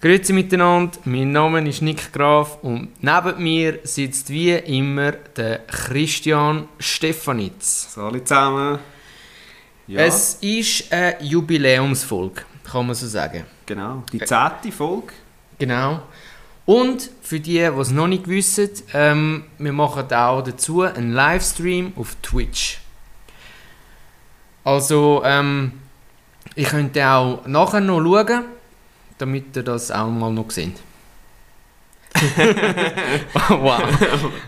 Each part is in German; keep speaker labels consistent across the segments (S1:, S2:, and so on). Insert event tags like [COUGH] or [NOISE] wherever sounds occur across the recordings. S1: Grüezi miteinander, mein Name ist Nick Graf und neben mir sitzt wie immer der Christian Stefanitz.
S2: So, alle zusammen. Ja,
S1: Es ist eine Jubiläumsfolge, kann man so sagen.
S2: genau. Die zehnte Folge.
S1: Genau. Und für die, die es noch nicht wissen, ähm, wir machen auch dazu einen Livestream auf Twitch. Also, ähm, ich könnte auch nachher noch schauen, damit ihr das auch mal noch
S2: [LAUGHS]
S1: seht. [LAUGHS] wow.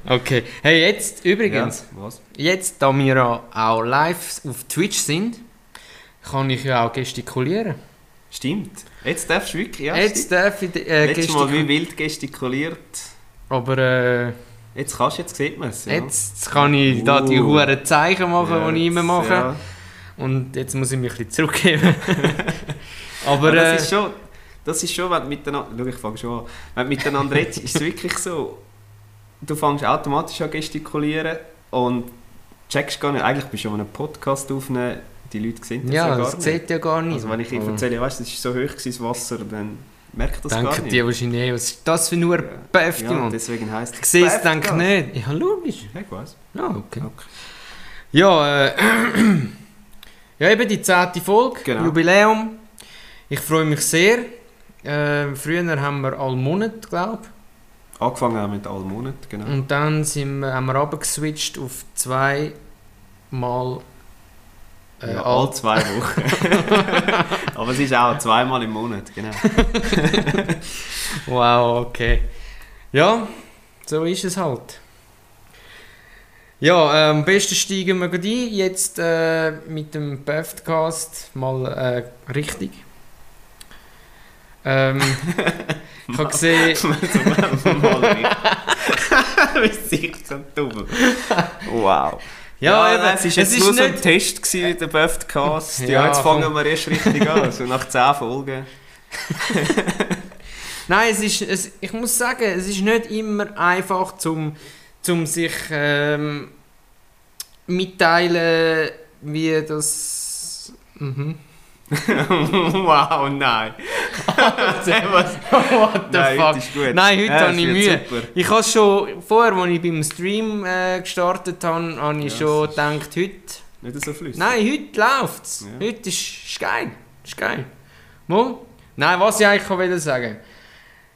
S1: Okay. Hey, jetzt übrigens.
S2: Ja, was?
S1: Jetzt, da wir auch live auf Twitch sind, kann ich ja auch gestikulieren.
S2: Stimmt. Jetzt darfst du wirklich. Ja,
S1: jetzt
S2: stimmt.
S1: darf ich äh,
S2: Letztes Mal wie
S1: gestikulieren.
S2: wild gestikuliert.
S1: Aber äh,
S2: Jetzt kannst du, jetzt sieht man es. Ja.
S1: jetzt kann ich da die
S2: Uh.
S1: hohen Zeichen machen,
S2: Ja,
S1: die ich immer
S2: jetzt,
S1: mache.
S2: Ja.
S1: Und jetzt muss ich mich ein bisschen
S2: [LAUGHS]
S1: zurückgeben.
S2: Aber
S1: Aber
S2: das ist
S1: äh,
S2: schon, das ist schon, wenn du miteinander, schau, ich fange schon an, wenn du miteinander redest, ist es wirklich so, du fängst automatisch an gestikulieren und checkst gar nicht, eigentlich bist du an einem Podcast aufnehmen, die Leute sehen das ja,
S1: ja,
S2: gar
S1: das
S2: nicht.
S1: sieht ja gar nicht.
S2: Also wenn ich ihnen
S1: Aber
S2: erzähle, weißt du, das ist so hoch gewesen, das Wasser, dann merkt das gar
S1: Denken
S2: nicht.
S1: die wahrscheinlich, eh, was ist das für nur Päfti,
S2: ja,
S1: Mann?
S2: deswegen heisst
S1: Ich sehe es,
S2: Befka.
S1: denke nicht. Ja, logisch.
S2: Ja, ich weiss.
S1: Ja, okay.
S2: Okay.
S1: Ja, äh, [CLEARS THROAT] ja, eben die zehnte Folge,
S2: Genau.
S1: Jubiläum. Ich freue mich sehr. Äh, früher haben wir alle Monat, glaube
S2: Angefangen haben wir mit allen Monaten,
S1: ich.
S2: genau.
S1: Und dann sind wir, haben wir runtergeswitcht auf zweimal äh,
S2: ja,
S1: all
S2: alle zwei Wochen.
S1: [LAUGHS]
S2: Aber es ist auch zweimal im Monat, genau.
S1: Wow, okay. Ja, so ist es halt. Ja, äh, am besten steigen wir gleich ein. Jetzt äh, mit dem Podcast mal äh, richtig. [LAUGHS] Ähm, ich habe gesehen,
S2: so
S1: [LAUGHS]
S2: mal richtig. Wir sind so dumm. Wow.
S1: ja, eben,
S2: nein, es ist jetzt nur so ein
S1: nicht-
S2: Test gewesen mit dem Buffcast. Ja,
S1: Ja,
S2: jetzt
S1: komm.
S2: fangen wir erst richtig an, so nach 10 Folgen. [LAUGHS]
S1: Nein, es ist, es, ich muss sagen, es ist nicht immer einfach, zum, zum sich ähm, mitteilen, wie das. [LAUGHS] Mhm.
S2: wow, nein. Was?
S1: What the
S2: nein,
S1: fuck?
S2: Heute ist gut.
S1: Nein, heute
S2: Ja,
S1: habe
S2: es
S1: ich
S2: wird
S1: Mühe.
S2: Super.
S1: Ich habe schon vorher, als ich beim Stream äh, gestartet habe, habe ich
S2: Ja,
S1: schon
S2: es ist-
S1: gedacht, heute.
S2: Nicht so flüssig.
S1: Nein, heute läuft es.
S2: Ja.
S1: Heute ist, ist geil. Ist geil. Mom? Nein, was ich eigentlich wollte sagen.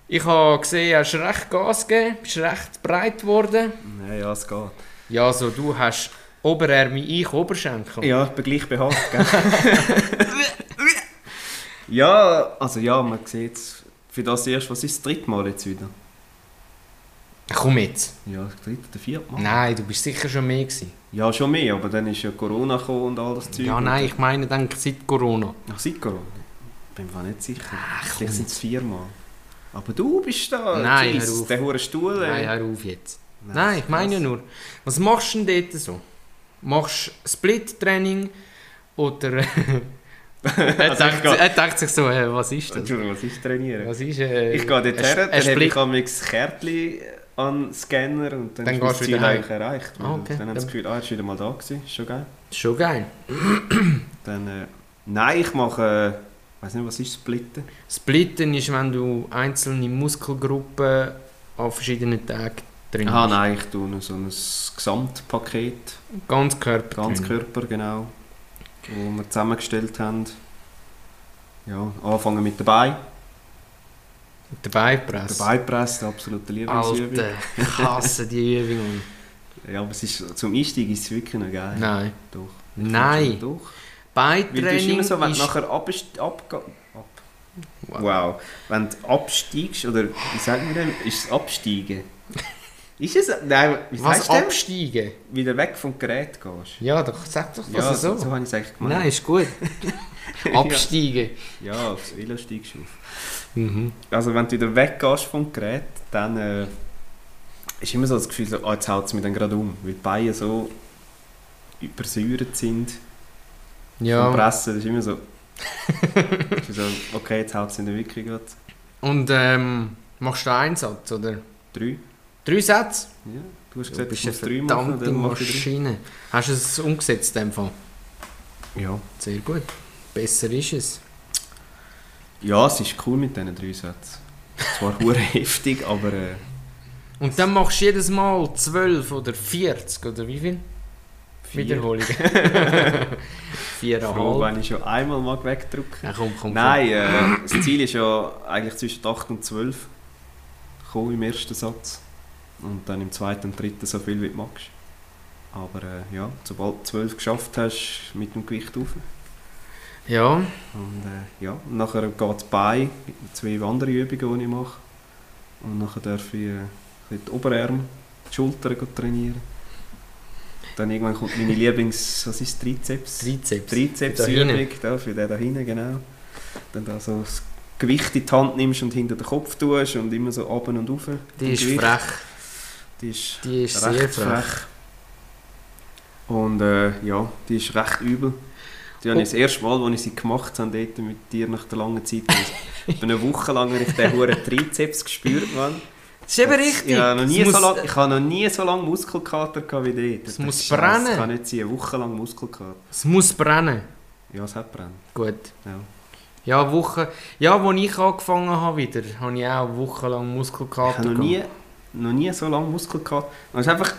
S1: Ich habe gesehen, du hast recht Gas gegeben, bist recht breit geworden.
S2: Nein, ja, es geht.
S1: Ja, also du hast Oberärme, ich Oberschenkel.
S2: Ja, ich bin gleich behaart, gell?
S1: [LAUGHS]
S2: ja, also ja, man sieht es. Für das erst, was ist das dritte Mal jetzt wieder?
S1: Komm jetzt.
S2: Ja, das dritte oder vierte Mal?
S1: Nein, du bist sicher schon mehr gewesen.
S2: Ja, schon mehr, aber dann ist ja Corona gekommen und all das Zeug.
S1: Ja,
S2: Und
S1: nein, ich meine dann seit Corona.
S2: Nach seit Corona? Bin mir nicht sicher.
S1: Ach,
S2: Vielleicht
S1: komm.
S2: sind es viermal. Aber du bist da.
S1: Nein,
S2: Jesus,
S1: hör auf.
S2: Der hure Stuhl. ey.
S1: Nein, hör auf jetzt. Nein, ich meine ja nur. Was machst du denn dort so? Machst du Split-Training oder... [LAUGHS] er,
S2: Also ich
S1: denkt,
S2: gehe-
S1: er denkt sich so, äh, was ist das?
S2: Entschuldigung, was ist trainieren?
S1: Was ist... Äh,
S2: Ich gehe dort
S1: ein-
S2: her,
S1: ein
S2: dann habe
S1: Split-
S2: ich manchmal das Kärtchen an den Scanner und dann,
S1: Dann
S2: ist
S1: gehst
S2: mein
S1: du
S2: Ziel
S1: wieder heim.
S2: eigentlich erreicht.
S1: Ah, okay.
S2: Dann haben sie das Gefühl, ah, er ist wieder mal da gewesen, ist schon geil.
S1: Schon geil.
S2: Dann, äh, nein, ich mache, äh, weiß nicht, was ist Splitten?
S1: Splitten ist, wenn du einzelne Muskelgruppen an verschiedenen Tagen trainierst.
S2: Ah, nein, ich tue noch so ein Gesamtpaket,
S1: Ganz Körper.
S2: ganz Körper genau, wo wir zusammengestellt haben. Ja, anfangen mit der Beinen.
S1: Der Beinpress.
S2: Der Beinpress, der absolute Lieblingsübung.
S1: Alter, ich hasse die
S2: [LAUGHS]
S1: Übung.
S2: Ja, aber es ist, zum Einstieg ist es wirklich noch geil.
S1: Nein.
S2: Doch.
S1: Nein.
S2: Doch. Weil du ist
S1: Beintraining
S2: immer
S1: ist...
S2: so, wenn du nachher abst- abge... Ab. Wow. Wenn du absteigst, oder wie sagen wir denn, ist es absteigen? ist es... Nein, wie
S1: was
S2: sagst du denn?
S1: absteigen?
S2: Wieder weg vom Gerät gehst.
S1: Ja, doch, sag doch das so.
S2: so, so habe ich es eigentlich gemacht.
S1: Nein, ist
S2: [LAUGHS]
S1: gut. absteigen.
S2: Ja, aufs Velo steigst du auf.
S1: Mhm.
S2: Also wenn du wieder weggehst vom Gerät, dann äh, ist immer so das Gefühl, so, ah, jetzt haut es mich dann gerade um, weil die Beine so übersäuert sind. Vom
S1: Ja.
S2: Pressen, das ist immer so. [LAUGHS] Das ist so okay, jetzt haut es in der Wiki gerade.
S1: Und ähm, machst du einen Satz, oder?
S2: Drei.
S1: Drei Sätze?
S2: Ja, du hast
S1: Du
S2: gesagt,
S1: bist
S2: ich
S1: eine
S2: muss drei
S1: verdammte
S2: machen, dann mach ich drei.
S1: Maschine. Hast du es umgesetzt in dem Fall?
S2: Ja.
S1: Sehr gut. Besser ist es.
S2: ja, es ist cool mit diesen drei Sätzen. Zwar [LAUGHS] hure heftig, aber äh,
S1: Und dann machst du jedes Mal 12 oder 40 oder wie viel?
S2: vier.
S1: Wiederholungen.
S2: [LAUGHS]
S1: [LAUGHS]
S2: froh,
S1: 4,5.
S2: wenn ich schon einmal mag wegdrücken.
S1: Ja, komm, komm, komm.
S2: Nein, äh, das Ziel ist ja eigentlich zwischen 8 und 12. Komm im ersten Satz. Und dann im zweiten und dritten so viel wie du magst. Aber äh, ja, sobald du 12 geschafft hast, mit dem Gewicht rauf.
S1: Ja,
S2: Und äh, ja, und nachher geht es bei, gibt noch zwei andere Übungen, die ich mache. Und nachher darf ich äh, ein bisschen die Oberarme, die Schultern gut trainieren. Dann irgendwann kommt meine Lieblings-, was ist Trizeps?
S1: Trizeps. Da
S2: Trizepsübung,
S1: hinten.
S2: da für den da hinten, genau. Dann da so das Gewicht in die Hand nimmst und hinter den Kopf tust und immer so ab und rauf.
S1: Die ist
S2: Gewicht.
S1: frech.
S2: Die ist
S1: Die ist sehr
S2: recht
S1: frech.
S2: frech. Und äh, ja, die ist recht übel. Die
S1: Oh.
S2: habe ich das erste Mal, als ich sie gemacht habe, dort mit dir nach der langen Zeit. Etwa eine Woche lang habe ich den hohen Trizeps gespürt, Mann.
S1: Das ist eben
S2: Das-
S1: richtig.
S2: Ich habe noch nie,
S1: Es muss-
S2: so lang, ich habe noch nie so lange Muskelkater gehabt wie dort.
S1: Es
S2: Ich dachte,
S1: muss
S2: Scheiße,
S1: brennen.
S2: Ich kann nicht sein, eine Woche lang Muskelkater.
S1: Es muss brennen.
S2: Ja, es hat brennt.
S1: Gut.
S2: Ja.
S1: Ja, Woche. Ja, wo ich angefangen habe wieder, habe ich auch wochenlang Muskelkater
S2: Ich habe noch nie, noch nie so lange Muskel gehabt. Es ist einfach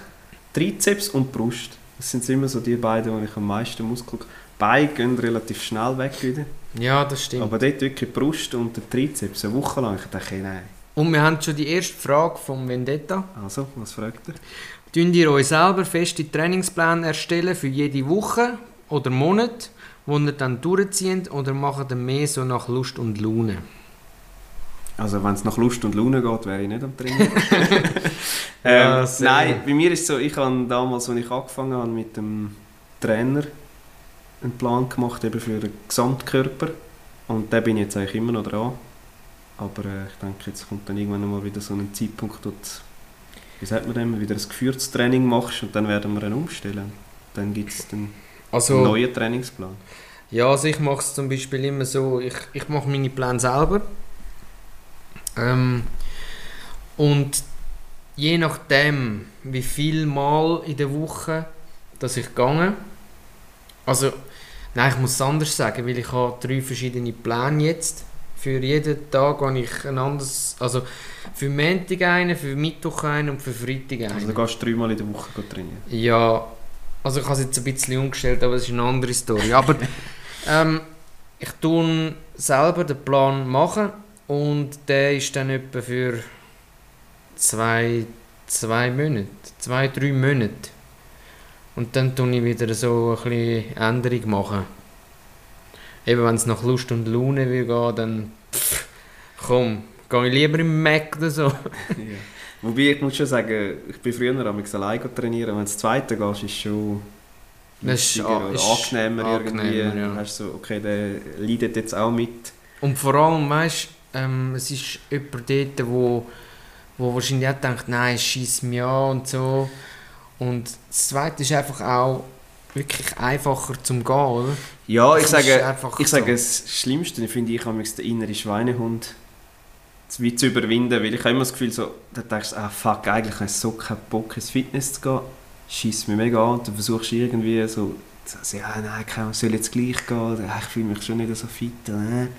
S2: Trizeps und Brust. Das sind immer so die beiden, wo ich am meisten Muskel Beine gehen relativ schnell weg wieder.
S1: Ja, das stimmt.
S2: Aber dort wirklich die Brust und der Trizeps. Eine Woche lang. Ich dachte, nein.
S1: Und wir haben schon die erste Frage vom Vendetta.
S2: Also, was fragt er?
S1: Tun ihr euch selber feste Trainingspläne erstellen für jede Woche oder Monat, wo ihr dann durchzieht oder macht ihr mehr so nach Lust und Laune?
S2: Also, wenn es nach Lust und Laune geht, wäre ich nicht am [LAUGHS] Trainieren. ähm,
S1: [LAUGHS] Ja, sehr.
S2: nein, bei mir ist es so, ich habe damals, als ich angefangen habe mit dem Trainer, einen Plan gemacht eben für den Gesamtkörper. Und da bin ich jetzt eigentlich immer noch dran. Aber äh, ich denke, jetzt kommt dann irgendwann mal wieder so ein Zeitpunkt, wo du, wie sagt man dem, wieder ein geführtes Training machst und dann werden wir ihn umstellen. Dann gibt es einen
S1: Also,
S2: neuen Trainingsplan.
S1: ja, also ich mache es zum Beispiel immer so, ich, ich mache meine Pläne selber. Ähm, und je nachdem, wie viel Mal in der Woche, dass ich gegangen also, nein, ich muss es anders sagen, weil ich habe drei verschiedene Pläne jetzt. Für jeden Tag habe ich ein anderes, also für Montag einen, für Mittwoch einen und für Freitag
S2: Also
S1: einen.
S2: du gehst dreimal in der Woche trainieren.
S1: Ja, also ich habe es jetzt ein bisschen umgestellt, aber es ist eine andere Story. Aber ähm, ich tue selber den Plan machen und der ist dann etwa für zwei, zwei Monate, zwei, drei Monate. Und dann tue ich wieder so ein bisschen Änderung machen. Eben wenn es nach Lust und Laune will gehen, dann pff, komm, gehe ich lieber im Mac oder so.
S2: ja. Wobei ich muss schon sagen, ich bin früher am alleine trainieren. Wenn du zweite gehst, ist schon
S1: Das ist
S2: lustiger
S1: a-
S2: oder
S1: ist
S2: angenehmer, irgendwie.
S1: angenehmer, ja.
S2: Ja. Hast du so, okay, der leidet jetzt auch mit.
S1: Und vor allem, weißt du, ähm, es ist jemand dort, wo, wo wahrscheinlich auch denkt, nein, schieß mich an und so. Und das Zweite ist einfach auch wirklich einfacher zum Gehen, oder?
S2: Ja, ich
S1: Es ist
S2: sage,
S1: einfach
S2: ich
S1: so.
S2: sage, das Schlimmste finde ich, manchmal den inneren Schweinehund zu, wie zu überwinden, weil ich habe immer das Gefühl, so, da denkst du, ah fuck, eigentlich habe ich so keinen Bock ins Fitness zu gehen, schießt mich mega an und du versuchst irgendwie so, so ja nein, keine Ahnung, soll jetzt gleich gehen, oder, ah, ich fühle mich schon nicht so fit, ne?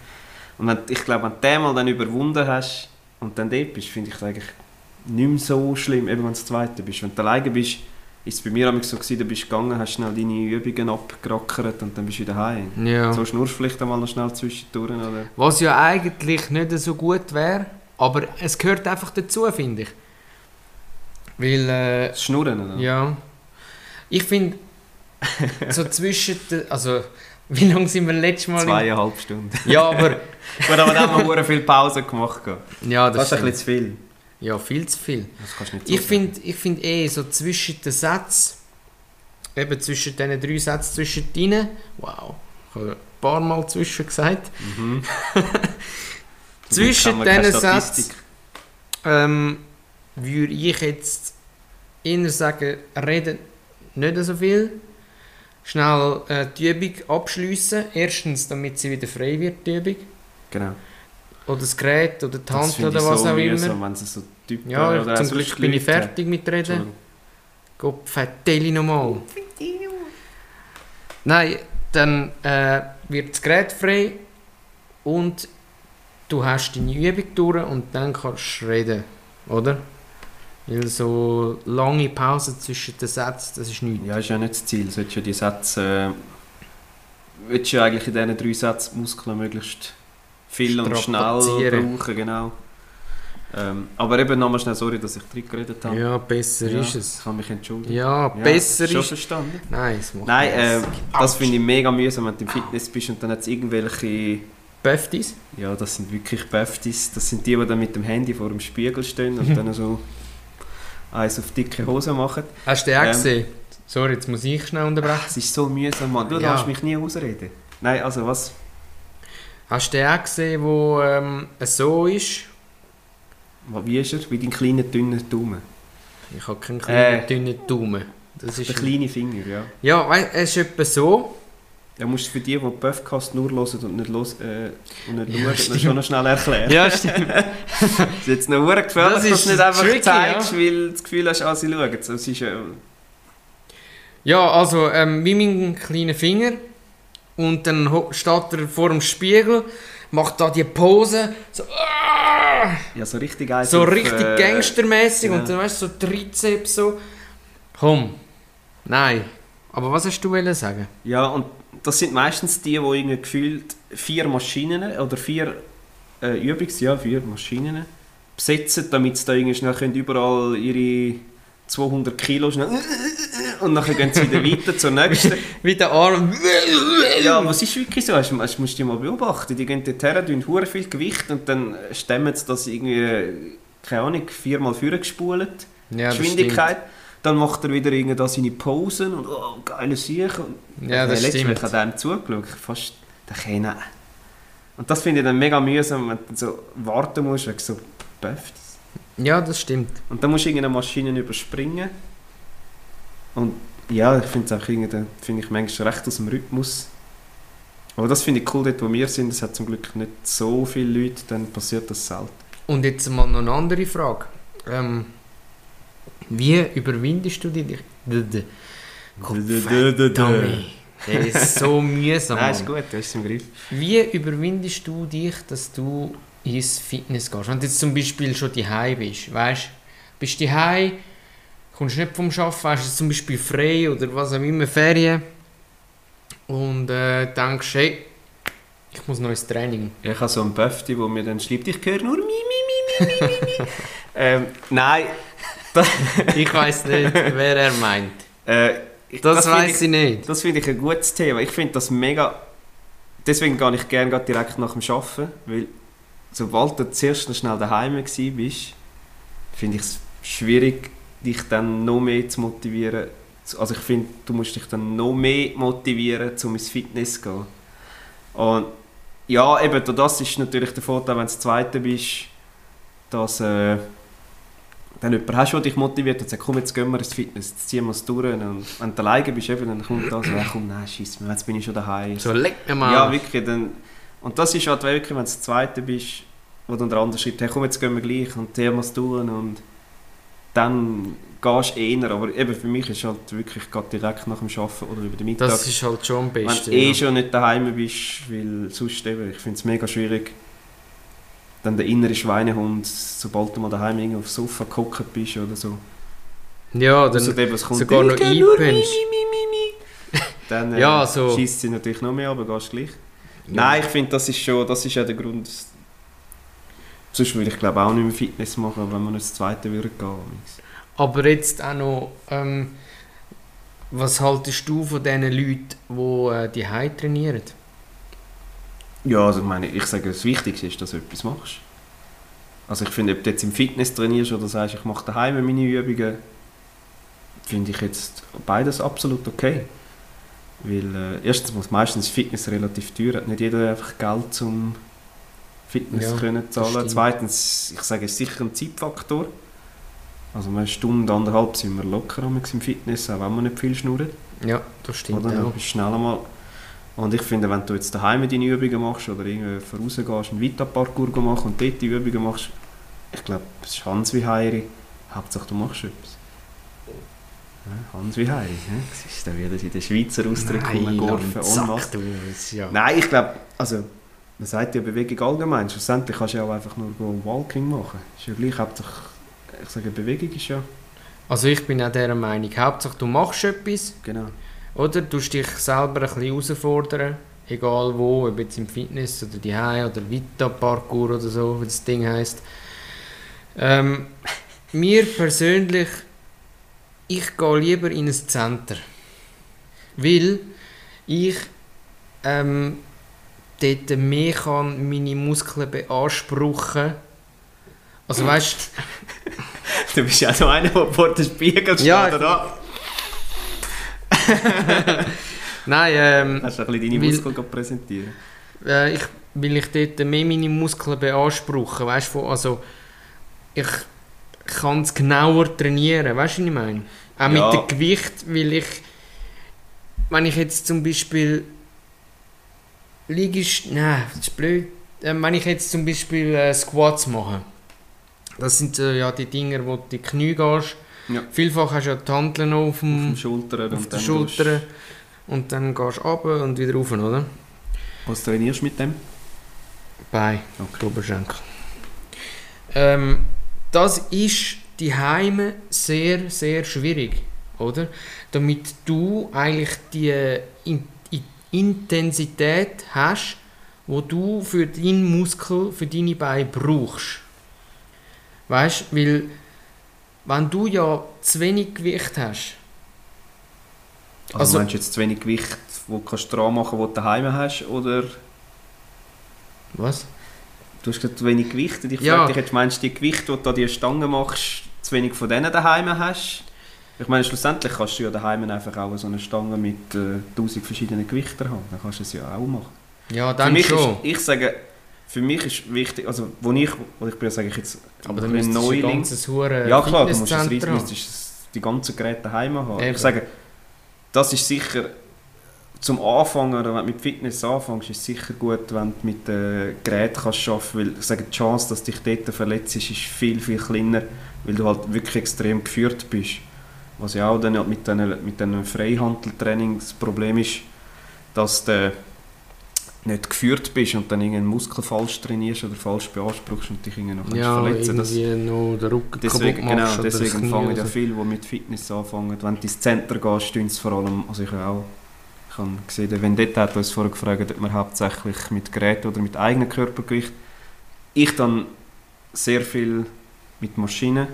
S2: Und wenn, ich glaube, wenn du den mal dann überwunden hast und dann dort bist, finde ich das eigentlich nicht mehr so schlimm, eben wenn du das Zweite bist. Wenn du alleine bist, ist es bei mir manchmal so gewesen, du bist gegangen, hast schnell deine Übungen abgerackert und dann bist du wieder heim.
S1: Ja.
S2: So schnurst du vielleicht einmal noch schnell zwischendurch, oder?
S1: Was ja eigentlich nicht so gut wäre, aber es gehört einfach dazu, finde ich. Weil, äh,
S2: Das Schnurren, oder?
S1: Ja. Ich finde, so zwischen den, also, [LAUGHS] wie lange sind wir letztes Mal? im- [LAUGHS]
S2: Zweieinhalb Stunden.
S1: Ja, aber,
S2: Gut, aber dann haben wir verdammt viel Pause gemacht. gell?
S1: ja, das,
S2: Das ist ein
S1: stimmt.
S2: bisschen zu viel.
S1: Ja, viel zu viel.
S2: Das kannst du nicht so
S1: Ich
S2: sagen.
S1: finde ich find eh so zwischen den Sätzen, eben zwischen diesen drei Sätzen zwischen denen, wow, ich habe ein paar Mal zwischen gesagt, [LAUGHS]
S2: Mhm.
S1: Zwischen
S2: Zum Glück haben wir keine
S1: diesen
S2: Statistik.
S1: ähm, würde ich jetzt eher sagen, reden nicht so viel, schnell äh, die Übung abschliessen, erstens, damit sie wieder frei wird, die Übung,
S2: Genau.
S1: oder das Gerät, oder die
S2: Das
S1: Hand,
S2: finde ich
S1: oder was
S2: so
S1: auch immer.
S2: mühsam, wenn sie so Typen
S1: Ja,
S2: oder auch
S1: zum
S2: sonst
S1: Glück bin ich
S2: Leute-
S1: fertig mit Reden.
S2: Entschuldigung.
S1: Gopfetteli nochmal. Nein, dann äh, wird das Gerät frei und du hast deine Übung durch und dann kannst du reden, oder? Weil so lange Pausen zwischen den Sätzen, das ist nichts.
S2: Ja, ist ja nicht das Ziel. Du solltest ja die Sätze. Äh, willst du ja eigentlich in diesen drei Sätzen die Muskeln möglichst viel und schnell
S1: Strapazieren.
S2: brauchen, genau. Ähm, aber eben nochmal schnell, sorry, dass ich drin geredet habe.
S1: Ja, besser
S2: Ja,
S1: ist
S2: Ich
S1: es.
S2: kann mich entschuldigen.
S1: Ja, besser
S2: schon
S1: ist
S2: verstanden.
S1: Nein, es macht
S2: Nein, äh,
S1: nichts.
S2: das finde ich mega mühsam, wenn du im Fitness bist und dann jetzt irgendwelche.
S1: Böftis?
S2: Ja, das sind wirklich Beftis. Das sind die, die dann mit dem Handy vor dem Spiegel stehen und dann so eins auf dicke Hose machen.
S1: Hast du den auch
S2: Ähm.
S1: gesehen? Sorry, jetzt muss ich schnell unterbrechen.
S2: Es ist so mühsam, Mann. Du
S1: Ja.
S2: lässt mich nie ausreden. Nein, also was?
S1: Hast du den auch gesehen, wo ähm, so ist?
S2: Wie ist er? Wie dein kleiner, dünner Daumen.
S1: Ich habe keinen kleinen,
S2: Äh.
S1: dünnen Daumen. Das
S2: Der
S1: ist
S2: kleine Finger, ja.
S1: ja, wei- es ist etwa so.
S2: [LAUGHS] Da musst du für die, die Puffcast nur hören und nicht, los, äh, und nicht
S1: Ja,
S2: schauen,
S1: stimmt.
S2: noch schon noch schnell erklären.
S1: Ja, stimmt.
S2: Es ist jetzt noch verdammt gefährlich,
S1: Das
S2: dass du es
S1: ist
S2: nicht einfach
S1: tricky,
S2: zeigst, weil du das Gefühl hast, ah, sie schauen. es. Es ist, äh,
S1: Ja, also ähm, wie mein kleiner Finger. Und dann ho- steht er vor dem Spiegel, macht da die Pose, so, ah,
S2: ja, so richtig eins
S1: so
S2: auf,
S1: richtig
S2: äh,
S1: gangstermäßig
S2: ja.
S1: und dann weißt du, so Trizeps so. Komm, nein. Aber was hast du wollen sagen?
S2: Ja, und das sind meistens die, die irgendwie gefühlt vier Maschinen oder vier äh, Übungs, ja, vier Maschinen besetzen, damit sie da irgendwie schnell können überall ihre 200 Kilo schnell [LAUGHS] und dann gehen sie wieder weiter zur nächsten.
S1: Wie der Arm. Ähm.
S2: Ja, was ist wirklich so? Hast- hast- musst du mal beobachten. Die gehen dort her, tun hure viel Gewicht und dann stemmen sie das irgendwie, äh, keine Ahnung, viermal vorgespult.
S1: Ja, das
S2: Geschwindigkeit. Dann macht er wieder irgendwie da seine Posen und oh, geile Sache.
S1: stimmt. Ja, das
S2: Hey, letztes Mal,
S1: stimmt.
S2: Ich habe dem zugeschaut, ich fast den nein. Und das finde ich dann mega mühsam, wenn du dann so warten musst, wegen so Böftis.
S1: Ja, das stimmt.
S2: Und dann musst du irgendeine Maschine überspringen. Und ja, ich finde es auch irgendwie, finde ich manchmal recht aus dem Rhythmus. Aber das finde ich cool, dort wo wir sind, es hat zum Glück nicht so viele Leute, dann passiert das selten.
S1: Und jetzt mal noch eine andere Frage. Ähm, wie überwindest du dich? D- d- Dummy. Der ist so mühsam.
S2: Äh. Nein, ist
S1: Mann.
S2: gut, das ist im Griff.
S1: Wie überwindest du dich, dass du ins Fitness gehst? Wenn du jetzt zum Beispiel schon daheim bist, weißt bist daheim, kommst nicht vom Arbeiten, weißt du, zum Beispiel frei oder was auch immer, Ferien und äh, denkst, hey, ich muss noch ins Training.
S2: Ich habe so einen Böfti, der mir dann schreibt, ich höre nur mi, mi, mi, mi, mi, mi.
S1: [LAUGHS]
S2: ähm, nein,
S1: Ich weiß
S2: [LAUGHS]
S1: nicht, wer er meint.
S2: äh, ich-
S1: Das,
S2: finde
S1: weiß ich nicht.
S2: Das finde ich ein gutes Thema. Ich finde das mega. Deswegen gehe ich gerne grad direkt nach dem Arbeiten, weil sobald du zuerst schnell daheim gewesen bist, finde ich es schwierig, dich dann noch mehr zu motivieren. Zu- Also ich finde, du musst dich dann noch mehr motivieren, um ins Fitness zu gehen. Und ja, eben, durch das ist natürlich der Vorteil, wenn du Zweiter bist, dass äh, dann jemanden hast, der dich motiviert und sagt, komm, jetzt gehen wir ins Fitness, jetzt ziehen wir es durch. Und wenn du alleine bist, eben, dann kommt das, ja, komm, nein, scheiss, mir, jetzt bin ich schon daheim.
S1: So, leck mir mal.
S2: Ja, wirklich. Dann, und das ist halt wirklich, wenn du das Zweite bist, wo dann der andere schreibt, hey, komm, jetzt gehen wir gleich und der muss tun und dann gehst du eher. Aber eben für mich ist halt wirklich gerade direkt nach dem Arbeiten oder über den Mittag,
S1: das ist halt schon am
S2: wenn du
S1: besten.
S2: eh
S1: ja.
S2: schon nicht daheim bist, weil sonst eben, ich finde es mega schwierig, dann der innere Schweinehund, sobald du mal daheim irgendwie aufs Sofa gehockt bist oder so.
S1: ja, dann,
S2: Ausser eben, es kommt
S1: sogar noch
S2: «Ich gehe nur mi, mi,
S1: einpennst.
S2: mi, mi,
S1: [LAUGHS]
S2: mi.» Dann äh,
S1: Ja, so.
S2: schießt sie natürlich noch mehr, aber gehst gleich. Nein, ich finde, das ist schon, das ist ja der Grund. Sonst würde ich glaube auch nicht mehr Fitness machen, wenn man nicht das zweite würde gehen.
S1: Aber jetzt auch noch, ähm, was haltest du von diesen Leuten, die äh, die Hause trainieren?
S2: Ja, also ich meine, ich sage, das Wichtigste ist, dass du etwas machst. Also ich finde, ob du jetzt im Fitness trainierst oder sagst, ich mache daheim meine Übungen, finde ich jetzt beides absolut okay. Weil äh, erstens muss meistens Fitness relativ teuer, hat nicht jeder einfach Geld zum Fitness
S1: Ja,
S2: können
S1: das
S2: zahlen.
S1: stimmt.
S2: Zweitens, ich sage, es ist sicher ein Zeitfaktor. Also eine Stunde, anderthalb sind wir locker damals im Fitness, auch wenn wir nicht viel schnurren.
S1: Ja, das stimmt
S2: Oder? Du
S1: auch.
S2: bist schneller mal. Und ich finde, wenn du jetzt daheim deine Übungen machst oder irgendwie vorausgehst, einen Vita-Parkour machst und dort die Übungen machst, ich glaube, es ist Hans wie Heiri. Hauptsache, du machst etwas. Ja, Hans wie Heiri. Ja? Das ist dann wieder in der Schweizer Ausdruck
S1: Nein,
S2: rumgeworfen.
S1: Land,
S2: en masse.
S1: Sack, du, das ist ja.
S2: Nein, ich glaube, also Man sagt ja Bewegung allgemein. Schlussendlich kannst du ja auch einfach nur go Walking machen. Ist ja gleich, hauptsächlich, ich sage, Bewegung ist ja.
S1: Also ich bin auch dieser Meinung. Hauptsache du machst etwas,
S2: Genau.
S1: oder? Du dich selber ein bisschen herausfordern. Egal wo, ob jetzt im Fitness oder die oder Vita Parkour oder so, wie das Ding heisst. Ähm, mir persönlich, ich gehe lieber in ein Center. Weil ich ähm, dort mehr kann meine Muskeln beanspruchen. Also weißt
S2: Du bist ja so einer, der vor den Spiegel steht,
S1: Ja,
S2: oder?
S1: nein, ähm,
S2: Hast du ein bisschen deine
S1: Weil-
S2: Muskeln gerade präsentieren?
S1: Äh, ich, weil ich dort mehr meine Muskeln beanspruche, weißt du, also ich kann es genauer trainieren, weißt du, was ich meine? Auch
S2: Ja.
S1: mit dem Gewicht, weil ich, wenn ich jetzt zum Beispiel Liegest, nein, das ist blöd. Ähm, wenn ich jetzt zum Beispiel äh, Squats mache, das sind so, ja die Dinger, wo du die Knie gehst.
S2: Ja.
S1: Vielfach hast du ja die Handeln auf
S2: Auf
S1: dem,
S2: den Schultern
S1: Hm. auf
S2: und
S1: den
S2: dann
S1: Schultern und dann gehst du runter und wieder rauf, oder?
S2: Gehst, was trainierst du mit dem?
S1: Bei
S2: Okay.
S1: Oberschenkel. Ähm, das ist die Heime sehr, sehr schwierig, oder? Damit du eigentlich die äh, In In Intensität hast, wo du für deinen Muskel, für deine Beine brauchst. Weißt du, weil wenn du ja zu wenig Gewicht hast,
S2: Also,
S1: Also-
S2: meinst du jetzt zu wenig Gewicht, wo du kannst dran machen kannst, das du daheim hast? Oder
S1: was?
S2: du hast gesagt, zu wenig Gewicht? Und ich
S1: Ja.
S2: frage dich jetzt, meinst du die Gewichte, die du an die Stangen machst, zu wenig von denen daheim hast? Ich meine, schlussendlich kannst du ja daheim einfach auch so eine Stange mit äh, tausend verschiedenen Gewichten haben. Dann kannst du es ja auch machen.
S1: Ja,
S2: Für
S1: dann
S2: mich
S1: schon.
S2: ist, ich sage, für mich ist wichtig, also wo ich, wo ich bin, sage ich jetzt,
S1: aber dann
S2: ein
S1: Also müsstest du ein
S2: Neuling.
S1: ganzes Huren
S2: Ja klar, du musst, das, Rhythmus-
S1: haben.
S2: musst das- die ganzen Geräte daheim haben.
S1: Eben.
S2: Ich sage, das ist sicher zum Anfangen, oder wenn du mit Fitness anfängst, ist es sicher gut, wenn du mit äh, Geräten kannst arbeiten weil ich sage, die Chance, dass du dich dort verletzt, ist viel, viel kleiner, weil du halt wirklich extrem geführt bist. Was ja auch dann halt mit diesen mit diesen Freihandeltraining das Problem ist, dass du nicht geführt bist und dann irgendeinen Muskel falsch trainierst oder falsch beanspruchst und dich irgendwie noch
S1: ja,
S2: verletzen kannst. Das-
S1: irgendwie noch den Rücken
S2: Deswegen,
S1: kaputt machst
S2: genau,
S1: oder das
S2: deswegen
S1: Knie
S2: fangen
S1: oder
S2: ja
S1: so.
S2: viele, die mit Fitness anfangen. Wenn du ins Zentrum gehst, tun sie vor allem, also ich habe auch ich habe gesehen, der Vendetta hat uns vorher gefragt, ob man hauptsächlich mit Geräten oder mit eigenem Körpergewicht. Ich dann sehr viel mit Maschinen,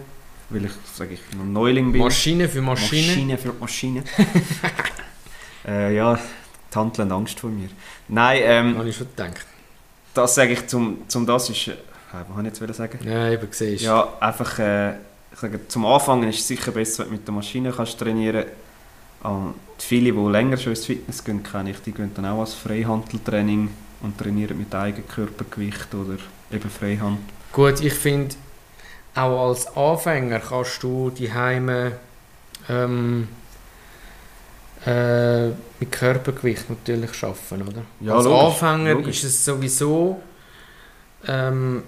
S2: weil ich, sage ich, noch Neuling bin.
S1: Maschine für Maschine.
S2: Maschine für [LAUGHS] Maschine. äh, ja, die Handeln haben Angst vor mir. Nein, ähm,
S1: Habe ich schon gedacht.
S2: das sage ich, zum, zum das ist, äh, was wollte ich jetzt sagen?
S1: Ja, eben siehst du.
S2: Ja, einfach, äh, ich sage, zum Anfang ist es sicher besser, wenn du mit der Maschine kannst trainieren kannst. Viele, die länger schon ins Fitness gehen, kenne ich, die gehen dann auch als Freihandeltraining und trainieren mit eigenem Körpergewicht oder eben Freihand.
S1: Gut, ich finde, auch als Anfänger kannst du die Heime ähm, äh, mit Körpergewicht natürlich schaffen, oder?
S2: Ja,
S1: als
S2: logisch,
S1: Anfänger
S2: logisch.
S1: ist es sowieso ähm,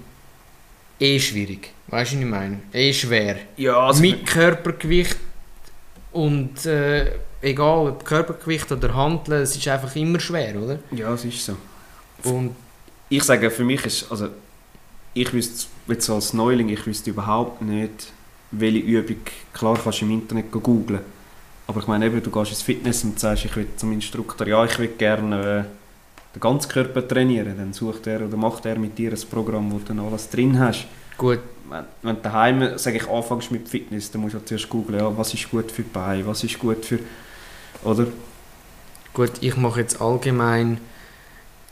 S1: eh schwierig. Weißt du, was ich meine? Eh schwer.
S2: Ja, also
S1: mit Körpergewicht und äh, egal ob Körpergewicht oder Handeln, es ist einfach immer schwer, oder?
S2: ja, es ist so.
S1: Und
S2: Ich sage, für mich ist, also ich wüsste jetzt als Neuling, ich wüsste überhaupt nicht, welche Übung, klar kannst du im Internet googlen, aber ich meine eben, du gehst ins Fitness und sagst, ich will zum Instruktor, ja, ich will gerne äh, den ganzen Körper trainieren, dann sucht er oder macht er mit dir ein Programm, wo du dann alles drin hast.
S1: gut,
S2: Wenn, wenn du daheim, sage ich, anfängst mit Fitness, dann musst du zuerst googeln, ja, was ist gut für die Beine, was ist gut für, oder?
S1: gut, ich mache jetzt allgemein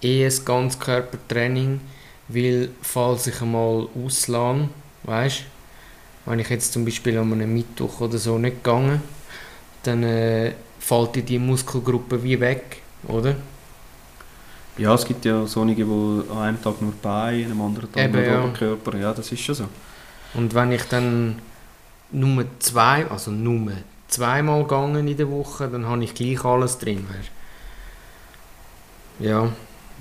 S1: eh ein ganz Körpertraining, weil falls ich einmal auslahne, weißt wenn ich jetzt zum Beispiel an einem Mittwoch oder so nicht gegangen, dann äh, fällt dir die Muskelgruppe wie weg, oder?
S2: Ja, es gibt ja so einige, die an einem Tag nur die Beine, am anderen Tag
S1: Eben,
S2: nur
S1: ja.
S2: den Oberkörper, ja, das ist schon so.
S1: Und wenn ich dann nur zwei, also nur zweimal gegangen in der Woche, dann habe ich gleich alles drin, weißt du? Ja,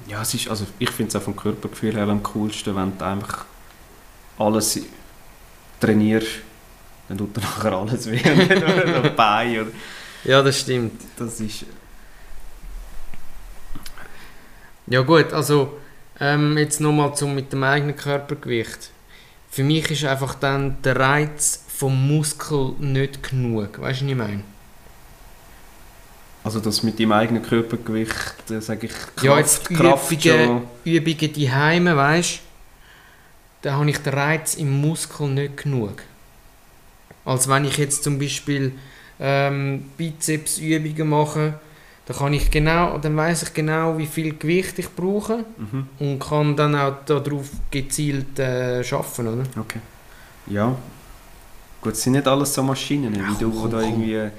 S2: Ja, es ist, also ich finde es auch vom Körpergefühl her am coolsten, wenn du einfach alles trainierst, dann tut dir [LAUGHS] nachher alles weh und nicht nur noch die [LAUGHS] Beine. Oder?
S1: ja, das stimmt.
S2: Das ist,
S1: Ja gut, also Ähm, jetzt nochmal zum mit dem eigenen Körpergewicht. Für mich ist einfach dann der Reiz vom Muskel nicht genug. Weißt du, was ich meine?
S2: Also das mit deinem eigenen Körpergewicht, äh, sage ich, Kraft,
S1: Ja, jetzt
S2: Kraft
S1: Übungen,
S2: schon.
S1: Übungen die Heime, weißt da habe ich den Reiz im Muskel nicht genug. Als wenn ich jetzt zum Beispiel ähm, Bizepsübungen mache, dann kann ich genau, dann weiß ich genau, wie viel Gewicht ich brauche
S2: Mhm.
S1: und kann dann auch darauf gezielt äh, schaffen, oder?
S2: Ja. Gut, es sind nicht alles so Maschinen,
S1: Ja,
S2: wie
S1: komm,
S2: du, wo
S1: komm,
S2: da
S1: komm.
S2: irgendwie...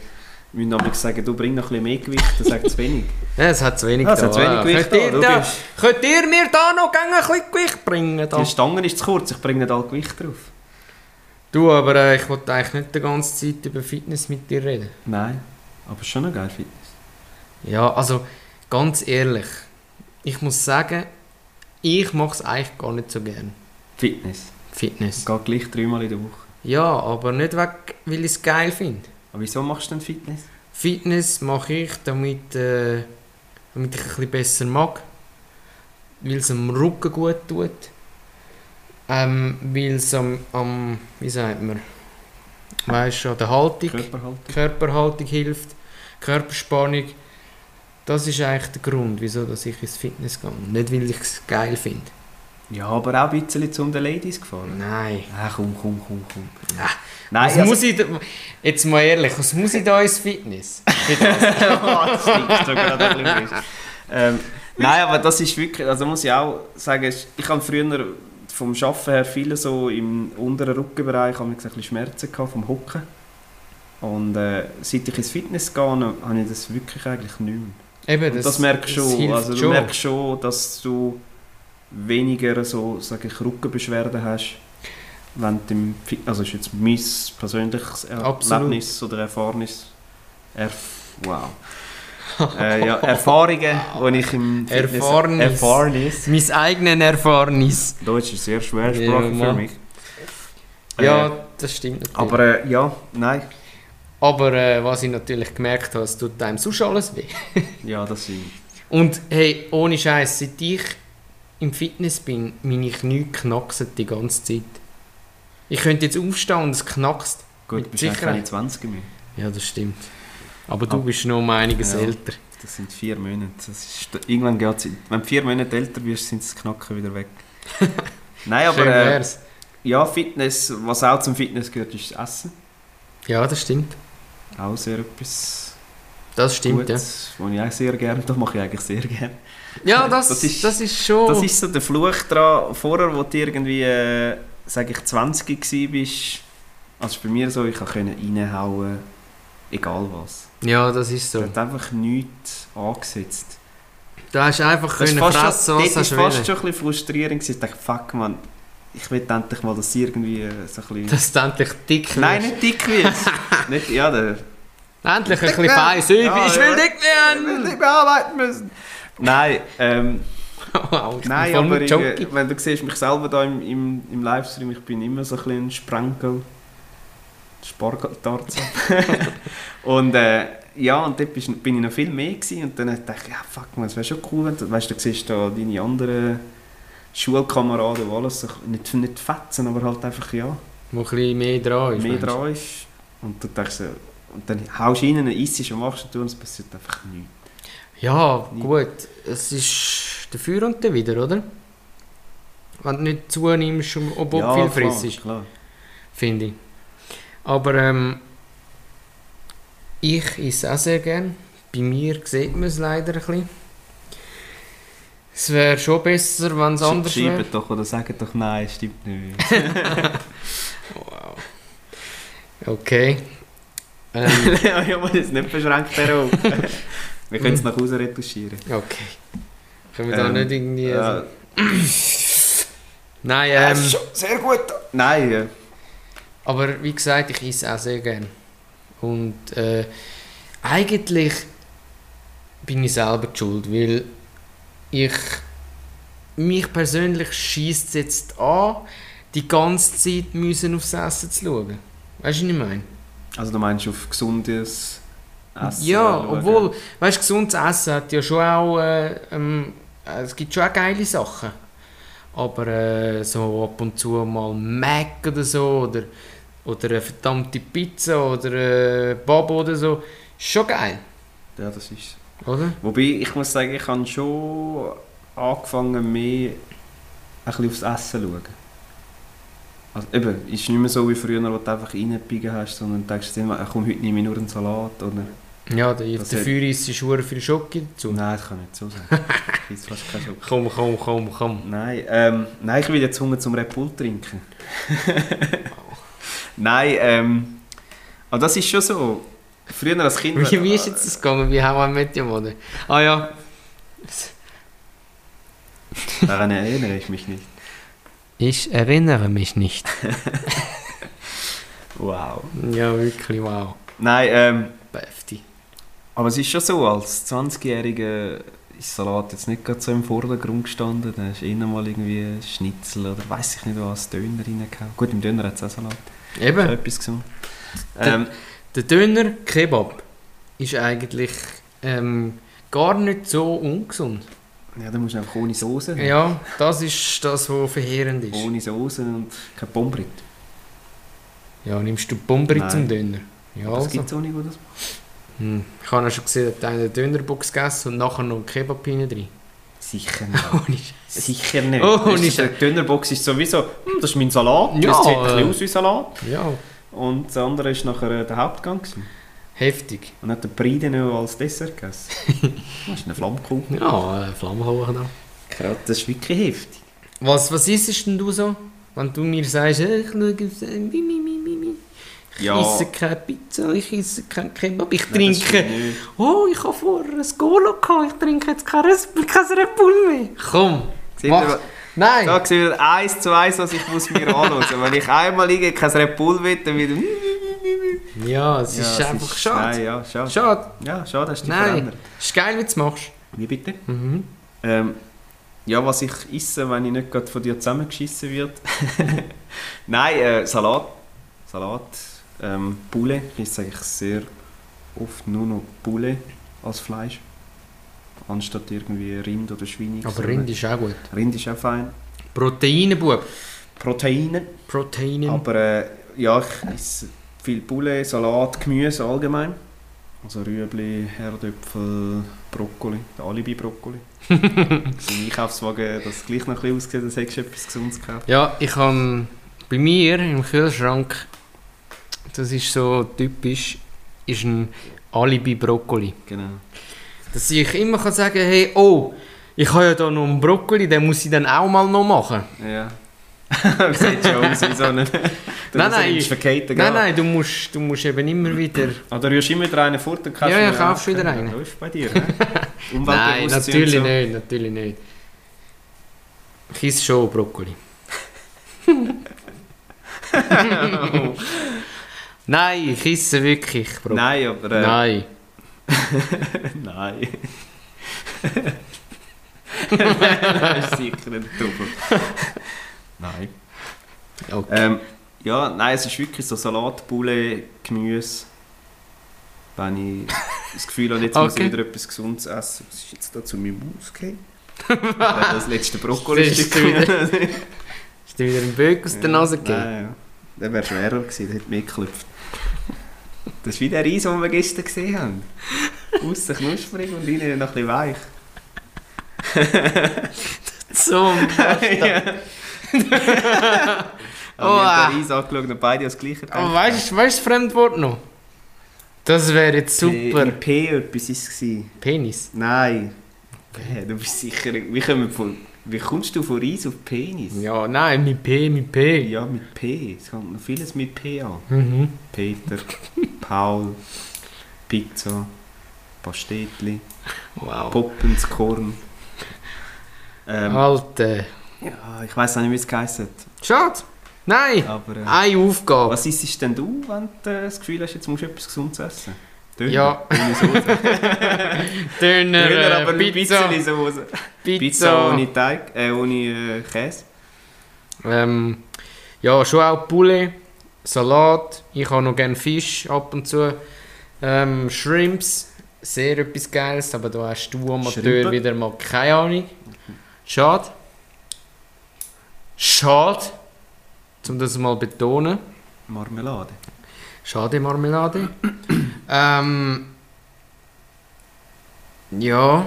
S2: Wir müssen aber sagen, du bringst noch ein bisschen mehr Gewicht, das sagt zu wenig.
S1: Ja, es hat zu wenig
S2: [LAUGHS] Ja, es hat zu wenig
S1: ah.
S2: Gewicht
S1: Könnt,
S2: da,
S1: ihr
S2: schau.
S1: da, könnt ihr mir da noch gerne ein bisschen Gewicht bringen? Da?
S2: Die Stange ist zu kurz, ich bringe nicht all Gewicht drauf.
S1: Du, aber äh, ich wollte eigentlich nicht die ganze Zeit über Fitness mit dir reden.
S2: Nein, aber schon noch geil Fitness.
S1: Ja, also ganz ehrlich, ich muss sagen, ich mache es eigentlich gar nicht so gern.
S2: Fitness. Es
S1: Fitness.
S2: geht gleich dreimal in der Woche.
S1: Ja, aber nicht weg, weil ich es geil finde.
S2: Aber wieso machst du denn Fitness?
S1: Fitness mache ich, damit, äh, damit ich ein bisschen besser mag. Weil es dem Rücken gut tut. Ähm, weil es am, am, wie sagt man, weißt du, an der Haltung.
S2: Körperhaltung?
S1: Körperhaltung hilft, Körperspannung. Das ist eigentlich der Grund, wieso dass ich ins Fitness gehe. Nicht, weil ich es geil finde.
S2: Ja, aber auch ein bisschen zu den Ladies gefahren.
S1: Nein.
S2: Ah, komm, komm, komm, komm.
S1: Ah,
S2: Nein,
S1: was
S2: also-
S1: muss ich da, jetzt mal ehrlich, was muss ich da ins Fitness?
S2: [LAUGHS] Oh, das stinkt schon gerade ein bisschen frisch. ähm, nein, aber das ist wirklich, also muss ich auch sagen, es- ich habe früher vom Arbeiten her viele so im unteren Rückenbereich habe ich ein bisschen Schmerzen gehabt vom Hocken. Und äh, seit ich ins Fitness gehe, habe ich das wirklich eigentlich nicht mehr.
S1: Eben,
S2: Und das, merkst du
S1: das
S2: schon.
S1: hilft
S2: Also du
S1: schon.
S2: merkst schon, dass du weniger so, sage ich, Rückenbeschwerden hast, wenn du im Fi- also ist jetzt mein persönliches
S1: Absolut.
S2: Erlebnis oder Erfahrnis, Erf
S1: [LAUGHS]
S2: wow. äh, ja, Erfahrungen, die ich im Fitness-
S1: Erfahrnis.
S2: Erfahrnis.
S1: Mein eigenen Erfahrnis.
S2: Deutsch ist sehr schwer
S1: Ja,
S2: Sprache für
S1: Mann.
S2: mich. Äh,
S1: Ja, das stimmt natürlich.
S2: aber äh, ja, nein,
S1: Aber, äh, was ich natürlich gemerkt habe, es tut einem sonst alles weh.
S2: ja, das sind.
S1: Und hey, ohne Scheiß, seit ich im Fitness bin, meine Knie knacksen die ganze Zeit. Ich könnte jetzt aufstehen und es knackst.
S2: Gut,
S1: Mit
S2: du bist eigentlich keine
S1: Sicherheit.
S2: 20 mehr.
S1: Ja, das stimmt. Aber du
S2: Ah.
S1: bist noch um einiges
S2: Ja.
S1: älter.
S2: Das sind vier Monate. Das ist, irgendwann geht's, wenn du vier Monate älter wirst, sind das Knacken wieder
S1: [LAUGHS]
S2: weg. Nein, aber
S1: Schön
S2: äh,
S1: wär's.
S2: ja, Fitness, was auch zum Fitness gehört, ist das Essen.
S1: Ja, das stimmt.
S2: Auch sehr etwas
S1: Das stimmt, ja.
S2: Gutes, was ich auch sehr gerne, das mache ich eigentlich sehr gerne.
S1: Ja, das,
S2: Das
S1: das,
S2: ist-
S1: ist, schon.
S2: Das ist so der Fluch dran. Vorher, wo du irgendwie, äh, sage ich, 20 gewesen bist, also bei mir so, ich konnte reinhauen, egal was.
S1: ja, das ist
S2: Du
S1: so.
S2: hast einfach nichts angesetzt.
S1: Du hast einfach
S2: Das
S1: können
S2: war
S1: fressen,
S2: fast, schon,
S1: was
S2: dort ist
S1: hast
S2: fast
S1: willst.
S2: schon ein bisschen frustrierend. gewesen. Ich dachte, fuck man, ich will endlich mal, dass sie irgendwie äh, so ein bisschen...
S1: Dass du endlich dick wirst.
S2: Nein, nicht dick wirst. nicht, ja, der...
S1: Endlich ein
S2: Dick
S1: bisschen
S2: werden.
S1: feiss. Ich,
S2: Ja,
S1: ich
S2: ja.
S1: will dick werden! [LAUGHS]
S2: mehr arbeiten müssen. Nein, ähm,
S1: Wow, Oh, ich bin
S2: nein
S1: voll
S2: aber
S1: mit
S2: ich,
S1: Jockey.
S2: äh, wenn du siehst mich selber da im, im, im Livestream, ich bin immer so ein bisschen ein Sprenkel. Spargeltarzan. [LAUGHS] und äh, ja, und dort bist- bin ich noch viel mehr gewesen. Und dann dachte ich, ja fuck man, es wäre schon cool, wenn du, weißt, du siehst da deine anderen Schulkameraden, die alles so, nicht, nicht fetzen, aber halt einfach, ja,
S1: Wo ein bisschen mehr dran ist.
S2: mehr
S1: meinst du?
S2: dran ist. Und du denkst so, und dann haust du rein, isst und machst und tust, und es passiert einfach nichts.
S1: Ja,
S2: Nie.
S1: gut. Es ist dafür und dann wieder, oder? Wenn du nicht zunimmst, ob- obwohl du viel
S2: klar,
S1: frissest,
S2: klar.
S1: finde ich. Aber ähm, ich esse auch sehr gern. Bei mir sieht man es leider ein bisschen. Es wäre schon besser, wenn es
S2: Sch-
S1: anders wäre.
S2: Schreibt doch oder sagt doch, nein, stimmt nicht.
S1: Wow. Okay. Ähm,
S2: ja, ich muss jetzt nicht beschränkt [LAUGHS] darauf. Wir können es nach Hause retuschieren.
S1: okay. Können wir da
S2: Ähm,
S1: nicht irgendwie...
S2: Ja,
S1: Nein,
S2: äh,
S1: ähm,
S2: schon sehr gut. Nein, äh,
S1: Aber wie gesagt, ich esse auch sehr gern. Und äh, eigentlich bin ich selber die schuld, weil ich mich persönlich schießt jetzt an, die ganze Zeit müssen aufs Essen zu schauen. Weißt du, was ich meine?
S2: also du meinst auf gesundes Essen?
S1: ja,
S2: schauen.
S1: äh, obwohl, weißt du, gesundes Essen hat ja schon auch, äh, ähm, es gibt schon auch geile Sachen. Aber äh, so ab und zu mal Mac oder so oder, oder eine verdammte Pizza oder äh, Bob oder so, ist schon geil,
S2: Ja, das ist
S1: oder?
S2: Wobei, ich muss sagen, ich habe schon angefangen, mehr ein bisschen aufs Essen zu schauen. Also eben, es ist nicht mehr so wie früher, wo du einfach reingebiegen hast, sondern denkst dir immer, äh, komm, heute nehme ich nur einen Salat oder...
S1: Ja, der,
S2: Das
S1: dafür isst du schon viel Schoki dazu.
S2: Nein, das kann ich nicht so [LAUGHS] sagen. Ich esse fast keine Schokolade.
S1: Komm, komm, komm, komm.
S2: Nein, ähm, nein, ich will jetzt Hunger zum Red Bull trinken. [LAUGHS] nein, ähm, aber das ist schon so. Früher als Kind...
S1: Wie, wie ist jetzt das gegangen? Wie haben wir mit dir Mode? Ah ja.
S2: Daran erinnere ich mich nicht.
S1: Ich erinnere mich nicht.
S2: Wow.
S1: Ja, wirklich, wow.
S2: Nein, ähm,
S1: Befti.
S2: aber es ist schon so, als 20-Jähriger ist Salat jetzt nicht gerade so im Vordergrund gestanden. Da hast du immer mal irgendwie Schnitzel oder weiß ich nicht was, Döner reingehauen. Gut, im Döner hat es auch Salat. Schon
S1: Eben,
S2: etwas gesund. Ähm,
S1: der Döner Kebab ist eigentlich ähm, gar nicht so ungesund.
S2: Ähm, ja, da musst du einfach ohne Soße.
S1: Ja, das ist das, was verheerend ist.
S2: Ohne Soße und kein Pommes frites.
S1: Ja, nimmst du Pommes
S2: Nein.
S1: zum Döner? Ja,
S2: Das
S1: also.
S2: gibt es auch nicht, wo das
S1: Hm. Ich habe ja schon gesehen, dass einer eine Dönerbox gegessen und nachher noch einen Kebab hinein
S2: [LAUGHS]
S1: drin.
S2: Sicher [LAUGHS] nicht.
S1: Ohne Sch-
S2: Sicher nicht.
S1: Oh,
S2: Weisst du,
S1: nicht.
S2: der Dönerbox ist sowieso, hm, das ist mein Salat,
S1: Ja,
S2: das sieht ein bisschen
S1: äh.
S2: aus wie Salat.
S1: Ja,
S2: Und das andere ist nachher äh, der Hauptgang. Gewesen.
S1: heftig.
S2: Und hat der Bride noch als Dessert [LAUGHS] gegessen. das ist eine Flammkuchen.
S1: Ja, äh, Flammenhauer da.
S2: Krass, das ist wirklich heftig.
S1: Was, was isst denn du so? Wenn du mir sagst, «Äh, ich schaue auf äh, mi, mi, mi, mi, mi. Ich
S2: Ja.
S1: esse keine Pizza, ich esse kein Kebab, ich
S2: Nein, das
S1: trinke...
S2: finde ich nicht.
S1: Oh, ich habe vorher ein Golo gehabt, ich trinke jetzt kein, Res- kein Red Bull mehr. Komm,
S2: Seht ihr
S1: mach...
S2: was?
S1: Nein!
S2: Da sehen wir eins zu eins, was ich muss mir anhören muss. Wenn ich einmal liege, kein Red Bull mit, dann wieder...
S1: Ja, es
S2: Ja,
S1: ist
S2: es
S1: einfach schade.
S2: Nein, ja, schade.
S1: Schade.
S2: Ja, schade, hast du dich
S1: Nein.
S2: verändert.
S1: Ist geil, wie du es machst.
S2: Wie bitte?
S1: Mhm.
S2: Ähm, ja, was ich esse, wenn ich nicht gerade von dir zusammengeschissen wird.
S1: [LAUGHS]
S2: Nein, äh, Salat. Salat. Ähm, Poulet. Ich esse eigentlich sehr oft nur noch Poulet als Fleisch. Anstatt irgendwie Rind oder Schweine.
S1: Aber Rind ist auch gut.
S2: Rind ist auch fein.
S1: Proteinenbub.
S2: Proteine.
S1: Proteinen.
S2: Aber äh, ja, ich esse viel Poulet, Salat, Gemüse allgemein. Also Rüebli, Herdöpfel, Brokkoli,
S1: [LAUGHS]
S2: der Alibi-Brokkoli. Im Einkaufswagen das gleich noch ein bisschen ausgesehen, als hättest du etwas Gesundes gekauft.
S1: Ja, ich habe bei mir im Kühlschrank, das ist so typisch, ist ein Alibi-Brokkoli.
S2: Genau.
S1: Dass ich immer kann sagen hey, oh, ich habe ja da noch einen Brokkoli, den muss ich dann auch mal noch machen.
S2: Ja. [LAUGHS] Sieht schon aus wie so ein...
S1: [LAUGHS] Nein, nein, ich-
S2: Verkehrter,
S1: Nein, nein, du musst, du musst eben immer
S2: [CLEARS THROAT]
S1: wieder...
S2: Oder Ah, rührst du immer wieder einen fort und
S1: Ja, ja, kaufst wieder einen.
S2: Das ist bei dir,
S1: [LAUGHS]
S2: ne?
S1: Nein,
S2: Umweltbewusstsein
S1: natürlich
S2: und so. [LAUGHS]
S1: nicht, natürlich nicht. Ich esse schon Brokkoli.
S2: Oh.
S1: Nein, ich esse wirklich Brokkoli.
S2: Nein, aber... Äh,
S1: Nein.
S2: [LAUGHS]
S1: [LAUGHS]
S2: Nein. das ist sicher nicht dumm. Nein.
S1: Okay.
S2: Ähm, ja, nein, es ist wirklich so Salat, Poulet, Gemüse. Wenn ich das Gefühl habe, jetzt muss
S1: Okay.
S2: ich wieder etwas Gesundes essen. Was ist jetzt da zu meinem
S1: [LAUGHS]
S2: Maus gegangen? Weil das letzte Brokkoli-Stück.
S1: Das ist Ist dir wieder ein Böck aus
S2: Äh,
S1: der Nase
S2: Ja,
S1: gegeben?
S2: nein, ja. Der wäre schwerer gewesen, der hätte mehr geklopft. Das ist wie der Reis, den wir gestern gesehen haben. Aussen knusprig und innen noch ein
S1: [LAUGHS]
S2: bisschen weich.
S1: So,
S2: ja.
S1: [LAUGHS]
S2: oh, wir
S1: ah.
S2: haben den Reis angeschaut und beide das gleiche gedacht.
S1: aber Oh, weißt du das Fremdwort noch? Das wäre jetzt
S2: P,
S1: super.
S2: Äh, P etwas war es. gewesen.
S1: Penis.
S2: Nein. P, du bist sicher... Wie, kommen wir von, wie kommst du von Reis auf Penis?
S1: Ja, nein, mit P, mit P.
S2: Ja, mit P. Es kommt noch vieles mit P an.
S1: Mhm. [LAUGHS]
S2: Peter, Paul, Pizza, Pastetli,
S1: Wow.
S2: Poppenskorn. Ähm,
S1: Alter.
S2: ja, ich weiß auch nicht, wie es geheißen hat.
S1: Schade. Nein.
S2: Aber, äh,
S1: Eine Aufgabe.
S2: Was isst denn du, wenn du äh, das Gefühl hast, jetzt musst du etwas Gesundes essen? Döner.
S1: Ja.
S2: Ohne Soße.
S1: Döner,
S2: Döner,
S1: äh,
S2: aber nur
S1: Pizza,
S2: bisschen Soße.
S1: Pizza.
S2: Pizza ohne Teig, äh, ohne äh, Käse.
S1: Ähm, ja, schon auch Poulet, Salat. Ich habe noch gerne Fisch ab und zu. Ähm, Shrimps, sehr etwas Geiles, aber da hast du Amateur
S2: Schrimpe?
S1: wieder mal keine Ahnung. Schade. Schade, um das mal zu betonen.
S2: Marmelade.
S1: Schade
S2: [CLEARS THROAT]
S1: Marmelade. ähm, ja,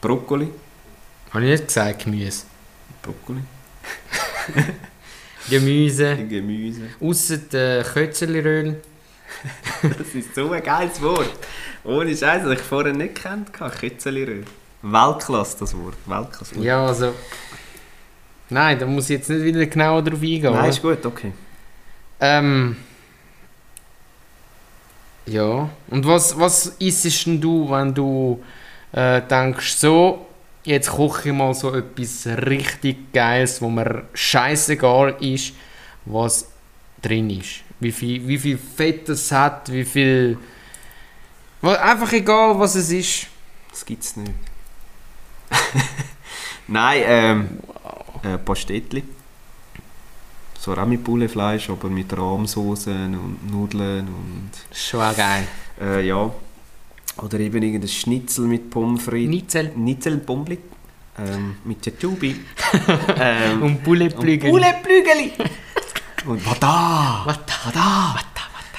S2: Brokkoli.
S1: habe ich nicht gesagt Gemüse.
S2: Brokkoli.
S1: Gemüse.
S2: Gemüse. [LAUGHS]
S1: Ausser der Kötzeröl.
S2: Das ist so ein geiles Wort. Ohne Scheiße, das ich vorher nicht kennt. Kitzeliröhr. Weltklasse, das Wort. Weltklasse. Wort.
S1: Ja, also. Nein, da muss ich jetzt nicht wieder genauer drauf eingehen.
S2: Nein,
S1: oder?
S2: ist gut, okay.
S1: Ähm. Ja. Und was, was isst denn du, wenn du äh, denkst, so, jetzt koche ich mal so etwas richtig Geiles, wo mir scheißegal ist, was drin ist? Wie viel, wie viel Fett es hat, wie viel. Wa- Einfach egal, was es ist.
S2: Das gibt's nicht. [LAUGHS] Nein, ähm. Äh, Pastetli. So Rami-Poulet-Fleisch, aber mit Rahmsoßen und Nudeln und.
S1: Das ist schon auch geil.
S2: Äh, ja. Oder eben irgendein Schnitzel mit Pommes frites.
S1: Nitzel
S2: Schnitzel Pommes frites. Ähm, mit Jatubi. ähm,
S1: und Bullet
S2: und
S1: Plügel.
S2: Poulet-Plügeli. und Wada.
S1: Was da?
S2: Wada.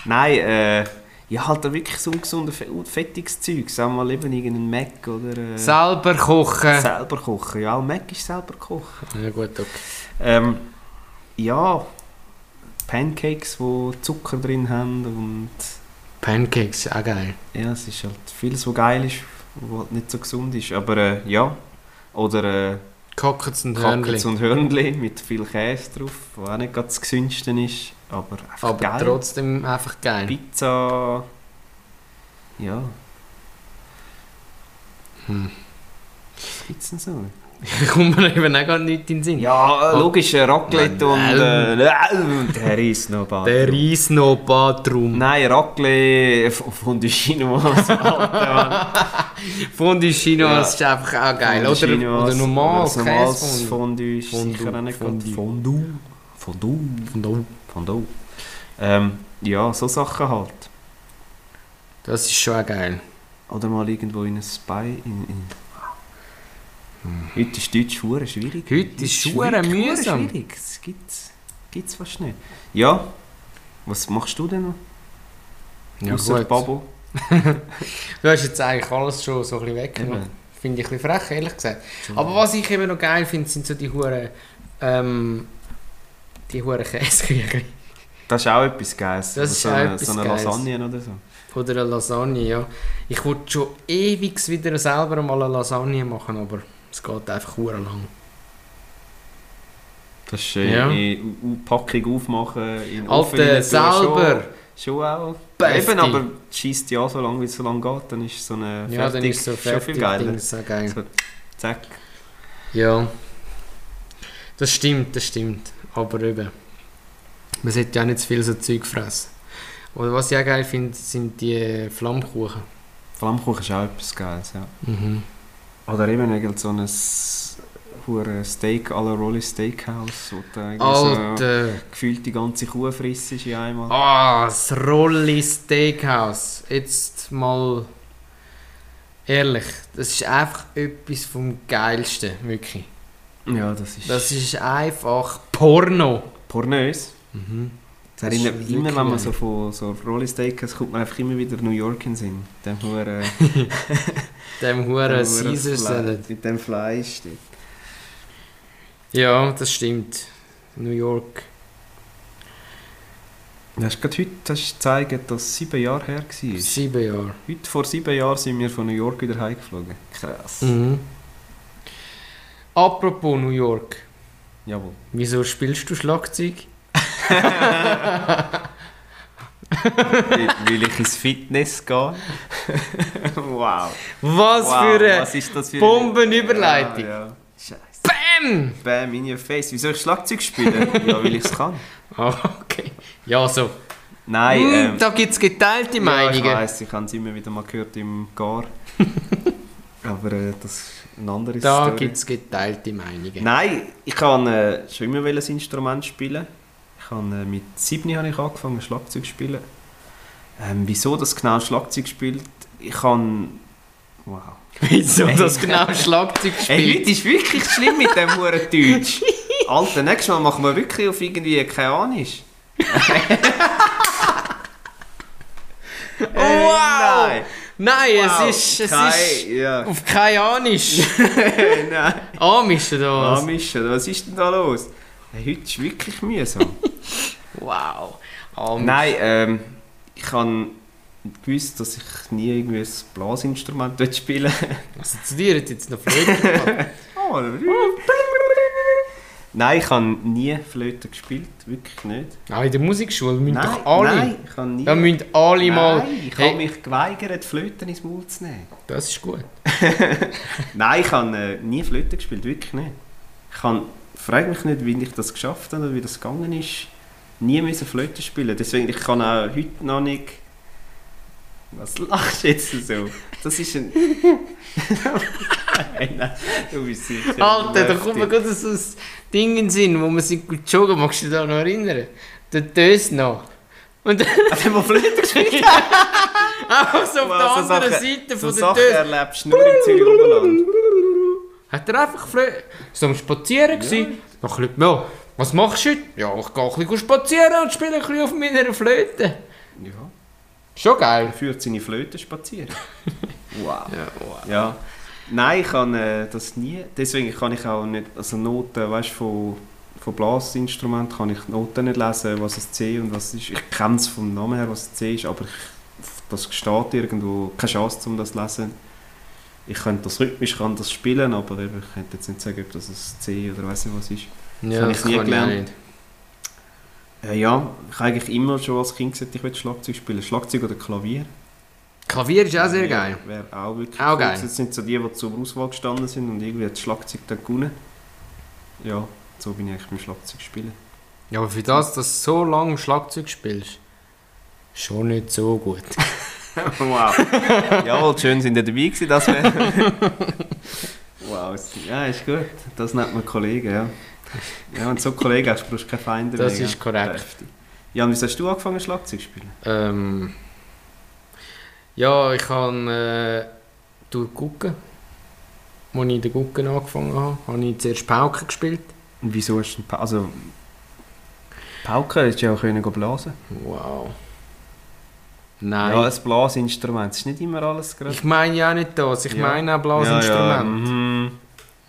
S2: Nein, äh, ja, halt da wirklich so ungesundes, fe- fettiges Zeug. Sagen wir mal eben irgendeinen Mac oder... Äh,
S1: Selber kochen.
S2: Selber kochen. Ja, auch Mac ist selber kochen.
S1: Ja, gut, okay.
S2: Ähm, ja, Pancakes, die Zucker drin haben und...
S1: Pancakes, auch geil.
S2: Ja, es ist halt vieles, was geil ist, was halt nicht so gesund ist. Aber äh, ja. Oder äh,
S1: Kackens und Hörnli.
S2: Kackens und Hörnli mit viel Käse drauf, was auch nicht gerade das gesündeste ist. Aber einfach
S1: Aber
S2: geil.
S1: trotzdem einfach geil.
S2: Pizza. Ja.
S1: Hm.
S2: Was gibt's denn so?
S1: [LAUGHS] Kommt mir eben auch gar nicht in den Sinn.
S2: Ja,
S1: äh,
S2: logisch, äh, Raclette und.
S1: Nein.
S2: Äh, [LAUGHS] äh, der ist noch bald.
S1: Der Reisno Batrum.
S2: Nein, Raclette von, von der Chinoise. Alter, Mann.
S1: Fondue Chinoise ist einfach auch [LAUGHS] geil.
S2: Von der
S1: Oder,
S2: Chinoise,
S1: oder normal
S2: oder ein normales
S1: Käse.
S2: Fondue. ist
S1: Fondue,
S2: sicher auch nicht gerade-
S1: Fondue.
S2: Fondue. Fondue.
S1: Fondue.
S2: Fondue. Ähm, ja, so Sachen halt.
S1: Das ist schon auch geil.
S2: Oder mal irgendwo in ein Spy. In, in. Heute ist Deutsch hure schwierig.
S1: Mhm. Heute ist hure
S2: wirklich hure
S1: mühsam.
S2: schwierig. Das gibt's, gibt's fast nicht. Ja, was machst du denn noch?
S1: Ja,
S2: Ausser
S1: gut.
S2: Babo.
S1: Du hast jetzt eigentlich alles schon so ein bisschen weggenommen.
S2: Eben.
S1: Finde ich ein bisschen frech, ehrlich gesagt. Genau. Aber was ich eben noch geil finde, sind so die Huren. Ähm, die Huren Käsekügel.
S2: Das ist auch etwas Geiles.
S1: Das
S2: Oder
S1: ist
S2: so
S1: auch
S2: eine,
S1: etwas
S2: so eine
S1: Geiles.
S2: Lasagne oder so.
S1: Oder eine Lasagne, ja. Ich wollte schon ewig wieder selber mal eine Lasagne machen, aber es geht einfach hure lang.
S2: Das ist äh,
S1: Ja.
S2: in in Packung aufmachen, in den Ofen
S1: Alter,
S2: rein tun,
S1: selber!
S2: Schon, schon auch.
S1: Beste.
S2: Eben, aber schießt ja so lange, wie es so lange geht, dann ist so eine
S1: Ja, dann ist so
S2: schon
S1: fertig.
S2: viel geiler.
S1: Dings auch geil.
S2: So, zack.
S1: Ja. Das stimmt, das stimmt. Aber eben, man sollte ja nicht zu viel so Zeug fressen. Oder was ich auch geil finde, sind die Flammkuchen.
S2: Flammkuchen ist auch etwas Geiles, ja.
S1: Mhm.
S2: Oder eben irgend so ein hure Steak à la Rolly Steakhouse, wo du eigentlich so
S1: Alter!
S2: gefühlt die ganze Kuh frisst in einmal.
S1: Ah, das Rolli Steakhouse. Jetzt mal ehrlich, das ist einfach etwas vom Geilsten, wirklich.
S2: Ja, das ist,
S1: Das ist einfach Porno.
S2: pornös. Mhm. Das
S1: Das
S2: erinnert
S1: ist
S2: mich immer, wenn man
S1: wirklich
S2: so von so Rolly Steakhouse kommt man einfach immer wieder New York in den Sinn. Dem hure
S1: Dem
S2: dem
S1: huren
S2: hure
S1: Caesar
S2: Fle-
S1: Salad.
S2: Mit dem Fleisch. dort.
S1: Ja, das stimmt. New York.
S2: Das ist gerade heute das ist gezeigt, dass es sieben Jahre her war.
S1: Sieben Jahre.
S2: Heute vor sieben Jahren sind wir von New York wieder heimgeflogen. Krass.
S1: Mhm. Apropos New York.
S2: Jawohl.
S1: Wieso spielst du Schlagzeug?
S2: Weil weil ich ins Fitness gehe. [LAUGHS] wow.
S1: Was
S2: Wow,
S1: für eine...
S2: was ist das für
S1: Bombenüberleitung.
S2: Ja, ja. Scheiße.
S1: Bam!
S2: Bam in your face. Wieso ich
S1: [LAUGHS]
S2: Schlagzeug spielen? ja, weil ich es kann.
S1: Ah, [LAUGHS] okay. Ja, so.
S2: Nein,
S1: Hm,
S2: ähm,
S1: da gibt es geteilte
S2: ja, ich
S1: Meinungen.
S2: weiss, ich habe es immer wieder mal gehört im
S1: [LAUGHS]
S2: Gar. Aber äh, das ist ein anderes
S1: da gibt es geteilte [LAUGHS] Meinungen.
S2: Nein, ich kann äh, schon immer ein Instrument spielen. Ich kann, äh, mit 7 habe ich angefangen Schlagzeug zu spielen. Ähm, wieso das genau Schlagzeug spielt? Ich kann... Wow.
S1: [LAUGHS] Wieso
S2: Ey.
S1: das genau Schlagzeug
S2: Ey,
S1: spielt? [LAUGHS]
S2: heute ist wirklich schlimm mit dem Huren Deutsch. Alter, nächstes Mal machen wir wirklich auf irgendwie keine Ahnung.
S1: [LAUGHS]
S2: Äh, ist. Ey,
S1: Oh, Wow!
S2: Nein!
S1: Nein,
S2: Wow.
S1: es ist, es
S2: Kein-
S1: ist
S2: Ja.
S1: auf keine Anisch.
S2: Nein.
S1: Amisch oder was?
S2: Amish, oder was ist denn da los? Hey, heute ist wirklich [LAUGHS] mühsam.
S1: Wow. Amisch.
S2: Nein, ähm, ich habe gewusst, dass ich nie irgendwie ein Blasinstrument dort spielen
S1: Also zu dir hat jetzt noch Flöte gehabt.
S2: [LAUGHS] Oh. Nein, ich habe nie Flöte gespielt, wirklich nicht.
S1: Nein, Ah, in der Musikschule müssen
S2: nein,
S1: doch alle.
S2: nein, ich habe nie.
S1: Da müssen alle mal.
S2: Nein, ich
S1: Hey.
S2: habe mich geweigert, Flöten ins Maul zu nehmen.
S1: Das ist gut.
S2: Nein, ich habe äh, nie Flöte gespielt, wirklich nicht. Ich habe, frage mich nicht, wie ich das geschafft habe oder wie das gegangen ist. Nie müssen Flöte spielen. Deswegen, ich kann auch heute noch nicht... Was lachst du jetzt so? Das ist ein... [LAUGHS] nein, nein, du bist sicher...
S1: Alter, da kommt mir
S2: lustig.
S1: gerade so ein Ding in den Sinn, wo man sich gut joggen magst du dich da noch erinnern? Der Tös noch. Und [LAUGHS]
S2: An dem, der Flöte gespielt hat.
S1: auch so auf
S2: Wow,
S1: der
S2: so
S1: anderen
S2: Sachen-
S1: Seite
S2: So
S1: von der
S2: Sachen
S1: Tös.
S2: erlebst du nur im Zürich Oberland.
S1: Hat er einfach Flöte. So am Spazieren gewesen. Ja. Dann Leute, ja, was machst du heute? Ja, ich gehe ein bisschen spazieren und spiele ein bisschen auf meiner Flöte.
S2: Ja,
S1: Schon
S2: er
S1: geil.
S2: führt seine Flöte
S1: [LAUGHS]
S2: spazieren. wow.
S1: Ja, wow.
S2: Ja. Nein, ich kann äh, das nie. Deswegen kann ich auch nicht, also Noten, weißt du, von, von Blasinstrumenten kann ich Noten nicht lesen, was ein C und was ist. Ich kenne es vom Namen her, was ein C ist, aber ich, das steht irgendwo, keine Chance, um das zu lesen. Ich könnte das rhythmisch kann das spielen, aber eben, ich könnte jetzt nicht sagen, ob das ein C oder weiß nicht was ist.
S1: Ja,
S2: Kann ich
S1: das kann
S2: nie
S1: ich auch
S2: gelernt.
S1: nicht.
S2: Äh, ja, ich habe eigentlich immer schon als Kind gesagt, ich will Schlagzeug spielen. Schlagzeug oder Klavier.
S1: Klavier ist auch sehr geil.
S2: Wäre auch wirklich
S1: Auch
S2: cool
S1: geil.
S2: gewesen. Das sind so die, die zur Auswahl gestanden sind und irgendwie hat das Schlagzeug dann gewonnen. Ja, so bin ich eigentlich beim Schlagzeug
S1: [LAUGHS]
S2: spielen. [LAUGHS]
S1: Ja, aber für das, dass du so lange Schlagzeug spielst, schon nicht so gut.
S2: wow. Jawohl, schön sind ihr dabei gewesen, das wäre... [LAUGHS] wow, es- ja, ist gut. Das nennt man Kollegen, ja. Ja, wenn du so Kollegen hast, brauchst du keine Feinde
S1: Das
S2: mehr.
S1: ist
S2: ja.
S1: korrekt.
S2: Heftig. Jan, wieso hast du angefangen Schlagzeug zu spielen?
S1: Ähm, ja, ich habe äh, durch Gucken, als ich in der Gucken angefangen habe, habe ich zuerst Pauken gespielt.
S2: Und wieso hast du... Also... Pauken hättest du ja auch können blasen
S1: Wow. Nein.
S2: Ja, ein Blasinstrument. Es ist nicht immer alles gerade...
S1: ich meine ja nicht das, ich
S2: Ja.
S1: meine auch Blasinstrument.
S2: mhm.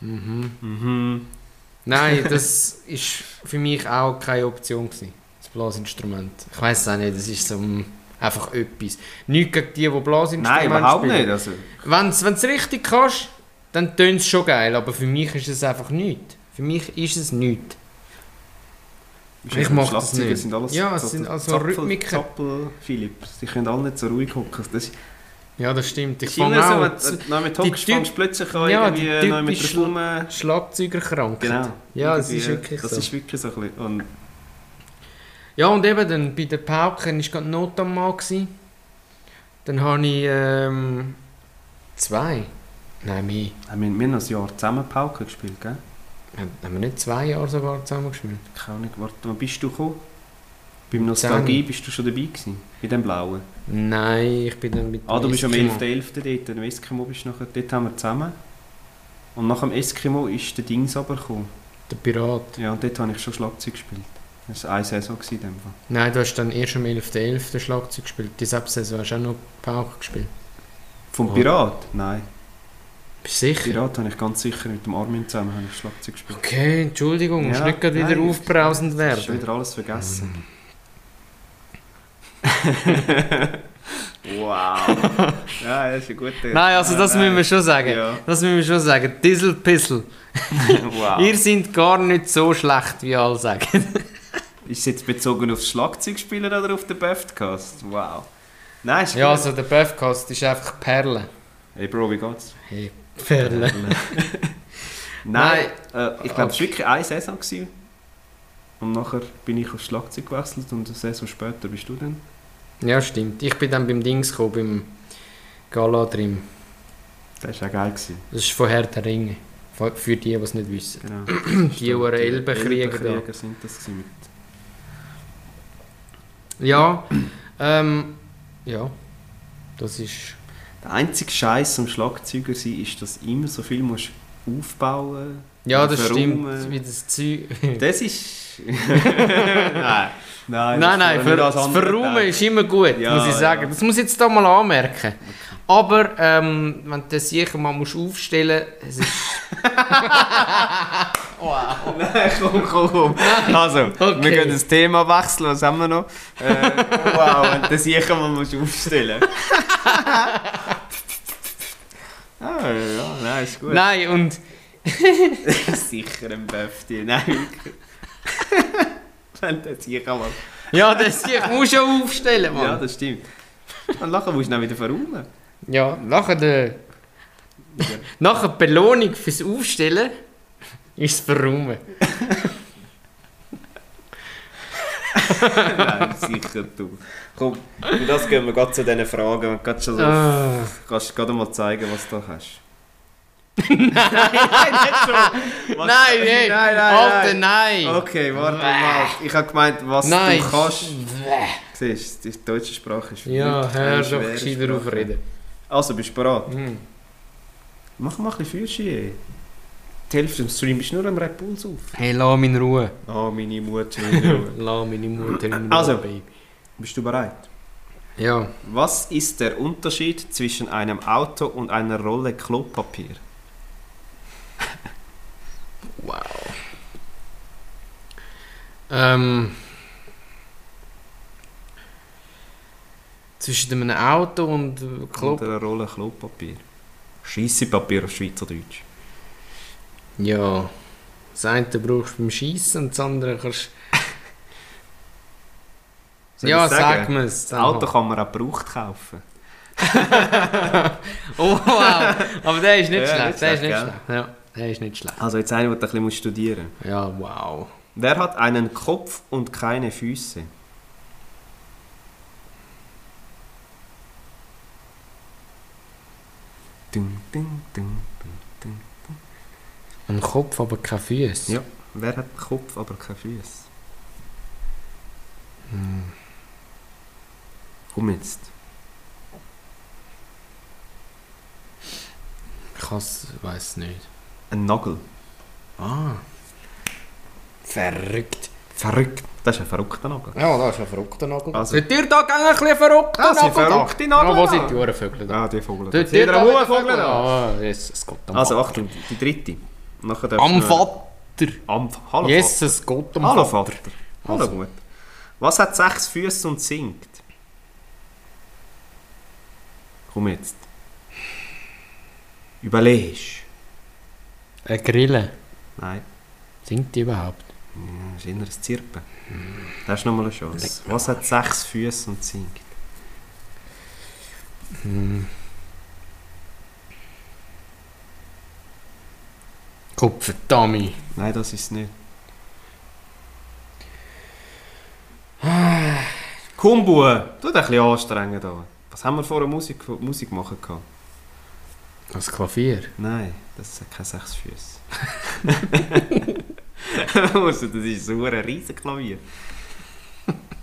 S1: mhm.
S2: Mhm.
S1: Nein, das [LAUGHS] ist für mich auch keine Option gewesen, das Blasinstrument. Ich weiß es auch nicht, das ist so mm, einfach etwas. Nichts gegen die, die Blasinstrumente
S2: Nein, überhaupt
S1: spielen.
S2: nicht. Also,
S1: Wenn du es richtig kannst, dann tönt es schon geil, aber für mich ist es einfach nichts. Für mich ist es nichts. Ich mach das
S2: Schlagzeuger
S1: nicht.
S2: Sind alles
S1: Ja, es sind also
S2: Zappel-
S1: Rhythmiker.
S2: Zappel, Philipp, die können alle nicht so ruhig hocken. Das ist
S1: Ja, das stimmt. Ich
S2: ist immer
S1: fange
S2: so,
S1: auch
S2: wenn du neu mit
S1: die
S2: hockst,
S1: Typ-
S2: fängst du plötzlich an,
S1: Ja, die
S2: irgendwie neu mit der
S1: typisch-
S2: Stimme.
S1: Schlagzeugerkrankheit.
S2: Genau.
S1: Ja, es
S2: Irgendwie,
S1: ist wirklich
S2: das
S1: so.
S2: ist wirklich so ein bisschen. Und äh,
S1: Ja, und eben dann bei der Pauken war gerade Not am Mann. gewesen. Dann habe ich ähm, zwei. Nein, mehr.
S2: haben wir, wir haben noch ein Jahr zusammen Pauken gespielt, gell?
S1: Haben haben wir nicht zwei Jahre sogar zusammen gespielt?
S2: Keine Ahnung, warte, wann bist du gekommen? Beim Nostalgie bist du schon dabei gewesen, bei dem blauen.
S1: Nein, ich bin dann mit
S2: Ah, du
S1: dem
S2: bist am
S1: Eskimo.
S2: 11.11. dort, am Eskimo bist du nachher, dort haben wir zusammen. Und nach dem Eskimo ist der Dings aber gekommen.
S1: Der Pirat.
S2: Ja, und dort habe ich schon Schlagzeug gespielt. Das war eine Saison in dem Fall.
S1: Nein, du hast dann erst am 11.11. Schlagzeug gespielt. Die Saison hast du auch noch Pauken gespielt.
S2: Vom
S1: Oh.
S2: Pirat? Nein.
S1: Bist du sicher?
S2: Pirat habe ich ganz sicher mit dem Armin zusammen habe ich Schlagzeug gespielt.
S1: Okay, Entschuldigung, musst
S2: Ja,
S1: nicht gerade wieder
S2: nein,
S1: aufbrausend
S2: Das ist schon
S1: werden.
S2: wieder alles
S1: Mhm.
S2: [LAUGHS] vergessen. wow. [LAUGHS] Ja, das ist ein guter.
S1: Nein, also das müssen wir schon sagen.
S2: Ja.
S1: Das müssen wir schon sagen. Dieselpissel. [LAUGHS]
S2: Wow.
S1: Ihr seid gar nicht so schlecht, wie alle sagen.
S2: Ist es jetzt bezogen aufs Schlagzeugspielen oder auf den Buffcast? Wow. Nein, ist
S1: ja,
S2: gut.
S1: also der Buffcast ist einfach Perle.
S2: Hey Bro, wie geht's?
S1: Hey, Perle.
S2: [LAUGHS] Nein,
S1: Nein.
S2: Äh, ich glaube, es war wirklich eine Saison. Gewesen. Und nachher bin ich aufs Schlagzeug gewechselt und eine Saison später bist du dann.
S1: Ja, stimmt. Ich bin dann beim Dings gekommen, beim Galadrim.
S2: Das war auch geil. Gewesen.
S1: Das ist von Herr der Ringe. Für für die, die es nicht wissen.
S2: Genau.
S1: Die Uhr Elbenkriege da.
S2: Elbenkriege sind das gewesen. Mit
S1: Ja, ähm, ja. Das ist.
S2: der einzige Scheiß am Schlagzeuger sein ist, dass du immer so viel musst aufbauen.
S1: Ja, das
S2: Verräumen.
S1: stimmt. Wie das Zeug.
S2: Das ist. [LAUGHS] nein, nein,
S1: Nein, nein,
S2: das- wenn wir
S1: für, das
S2: andere
S1: Verraumen
S2: denken.
S1: ist immer gut,
S2: Ja,
S1: muss ich sagen.
S2: ja.
S1: Das muss ich jetzt da mal anmerken. Aber ähm, wenn du das sicher mal musst aufstellen musst, es ist... wow.
S2: Nein, komm, komm, komm. Also,
S1: Okay.
S2: wir gehen das Thema wechseln. Was haben wir noch? Äh, wow, und das hier kann man muss aufstellen. [LAUGHS] ah, ja, nein, ist gut.
S1: Nein, und
S2: [LAUGHS] Sicher ein Böfti. Nein, [LAUGHS] wirklich. Wenn das hier kann man.
S1: ja, das ich muss schon aufstellen,
S2: Ja,
S1: Mann.
S2: das stimmt. Und nachher musst du dann wieder verräumen.
S1: Ja, nachher, der,
S2: Ja. [LAUGHS]
S1: nachher die Belohnung fürs Aufstellen ist das Verraumen.
S2: nein, sicher du. Komm, für das gehen wir gerade zu diesen Fragen und gerade schon so
S1: Ah.
S2: Kannst du gerade mal zeigen, was du da hast? nein, nein, nicht so.
S1: Nein, nein,
S2: nein,
S1: Alter,
S2: nein,
S1: nein.
S2: Okay, warte mal. Ich habe gemeint, was
S1: Nein.
S2: du kannst. Siehst, du, die deutsche Sprache ist
S1: Ja,
S2: wirklich
S1: hör
S2: eine
S1: doch
S2: schwere
S1: gescheiter
S2: Sprache.
S1: auf reden.
S2: Also, bist du bereit?
S1: Hm.
S2: Mach mal ein bisschen Fürschi, ey. Die Hälfte des Streams ist nur am Red Bulls auf.
S1: Hey, lass mich in Ruhe.
S2: Ah, meine Mutter.
S1: [LAUGHS]
S2: meine Ruhe.
S1: lass meine Mutter in Ruhe,
S2: Also.
S1: Baby.
S2: bist du bereit?
S1: Ja.
S2: Was ist der Unterschied zwischen einem Auto und einer Rolle Klopapier?
S1: Wow. Ähm, zwischen einem Auto und äh,
S2: Klop.
S1: Club.
S2: Oder eine Rolle Klopapier. Scheissepapier auf Schweizerdeutsch.
S1: Ja. Das eine brauchst du beim Schießen und das andere kannst
S2: Soll
S1: Ja,
S2: ich sagen?
S1: sag mir es.
S2: Das Auto kann man auch gebraucht kaufen.
S1: Oh, wow. Aber der ist nicht
S2: Ja,
S1: schlecht.
S2: nicht
S1: Der ist nicht
S2: schlecht,
S1: schlecht. Ja, der ist nicht schlecht.
S2: Also jetzt einer, der ein bisschen muss studieren muss.
S1: Ja, wow.
S2: Wer hat einen Kopf und keine Füße? Dun, dun, dun, dun, dun.
S1: Ein Kopf, aber keine Füße.
S2: Ja. Wer hat einen Kopf, aber keine Füße? Hm. Komm jetzt.
S1: Ich kann's, weiß nicht.
S2: Ein Nagel.
S1: Ah. Verrückt.
S2: Verrückt. Das ist ein verrückter Nagel.
S1: Ja, da ist ein verrückter Nagel.
S2: Also-
S1: Seid ihr da gegen ein bisschen verrückter
S2: Ah, sind
S1: Nagel?
S2: verrückte
S1: da?
S2: Nagel
S1: Ja, wo
S2: da?
S1: sind die Uhrenvögel da?
S2: Ah, die Vogel.
S1: Dort-
S2: Seht ihr
S1: dort
S2: einen
S1: alle
S2: hohen Vogel da?
S1: Ah, yes, es geht am
S2: Also
S1: Vater.
S2: Achtung, die dritte. Nachher darfst
S1: Am
S2: du-
S1: Vater.
S2: Am Hallo
S1: yes, es geht am
S2: Vater. Hallo
S1: Vater.
S2: Vater. Hallo
S1: Also.
S2: gut. Was hat sechs Füße und singt? Komm jetzt. Überlegst.
S1: Eine Grille.
S2: Nein,
S1: Singt die überhaupt?
S2: ja, das ist inneres Zirpen. Das ist nochmal eine Chance. Was hat sechs Füße und singt?
S1: Mhm. Kupferdami.
S2: Nein, das ist es nicht. Komm, Bube, tu dich ein bisschen anstrengen da. Was haben wir vorher Musik, Musik machen gehabt?
S1: Das Klavier.
S2: Nein, das hat keine sechs [LAUGHS] Füße. Also, das ist so ein riesen Klavier.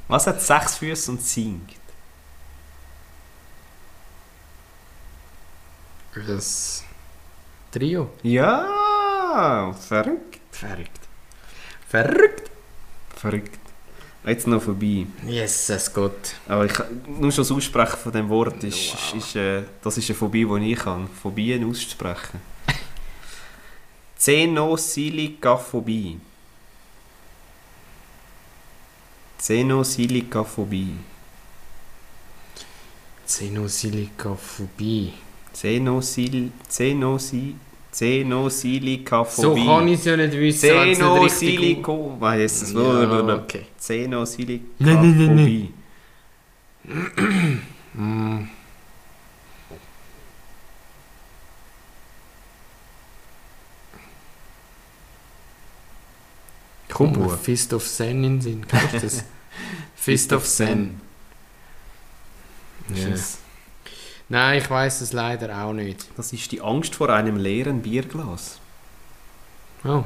S2: Was hat sechs Füße und singt?
S1: Das Trio.
S2: Ja, verrückt.
S1: Verrückt. Verrückt.
S2: Verrückt. Jetzt noch vorbei.
S1: Yes, es geht.
S2: Aber ich, nur schon das Aussprechen von dem Wort ist, ist, ist, äh, das ist eine Phobie, die ich kann. Phobien aussprechen. Zenosilikaphobie. Zenosilikaphobie.
S1: Xenosilikaphobie.
S2: Zenosil, Zenosi,
S1: So
S2: Zenosilikaphobie.
S1: kann ich es ja nicht wissen, wenn es nicht richtig...
S2: Zenosilikaphobie. Weiss es.
S1: Ja,
S2: Ja,
S1: okay.
S2: Zenosilikaphobie.
S1: Nein, nein, nein, nein. Mm.
S2: Komm,
S1: Komm,
S2: Bub.
S1: Fist of Zen in den Sinn, kennst [LAUGHS] du das? Fist of Zen. Ja.
S2: Yes.
S1: Nein, ich weiß es leider auch nicht.
S2: Das ist die Angst vor einem leeren Bierglas.
S1: Oh.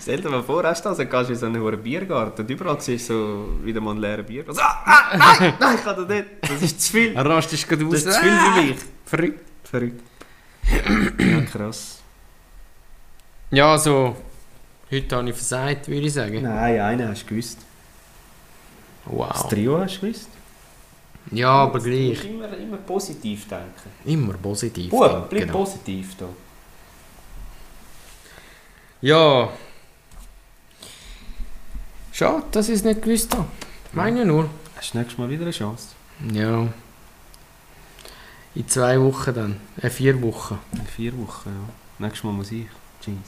S2: Stell dir mal vor, hast du das, dann gehst du in so einen hohen Biergarten und überall siehst du so wieder mal einen leeren Bierglas. Ah, ah,
S1: [LAUGHS]
S2: nein, nein, ich kann das nicht. Das ist zu viel.
S1: Rast ist gerade
S2: Das
S1: aus.
S2: ist zu viel für mich.
S1: Verrückt.
S2: Verrückt. Ja, krass.
S1: Ja, also, heute habe ich versagt, würde ich sagen.
S2: Nein, einen hast du gewusst. Das
S1: Wow.
S2: Trio hast du gewusst.
S1: Ja, aber gleich.
S2: Immer, immer positiv denken.
S1: Immer positiv. Genau.
S2: Bub,
S1: denken.
S2: bleib positiv da.
S1: Ja. Schade, dass ich es nicht gewusst habe. Meine nur.
S2: Hast du nächstes Mal wieder eine Chance?
S1: Ja. In zwei Wochen dann. Äh, vier Wochen.
S2: In vier Wochen, ja. Nächstes Mal muss ich. Jesus.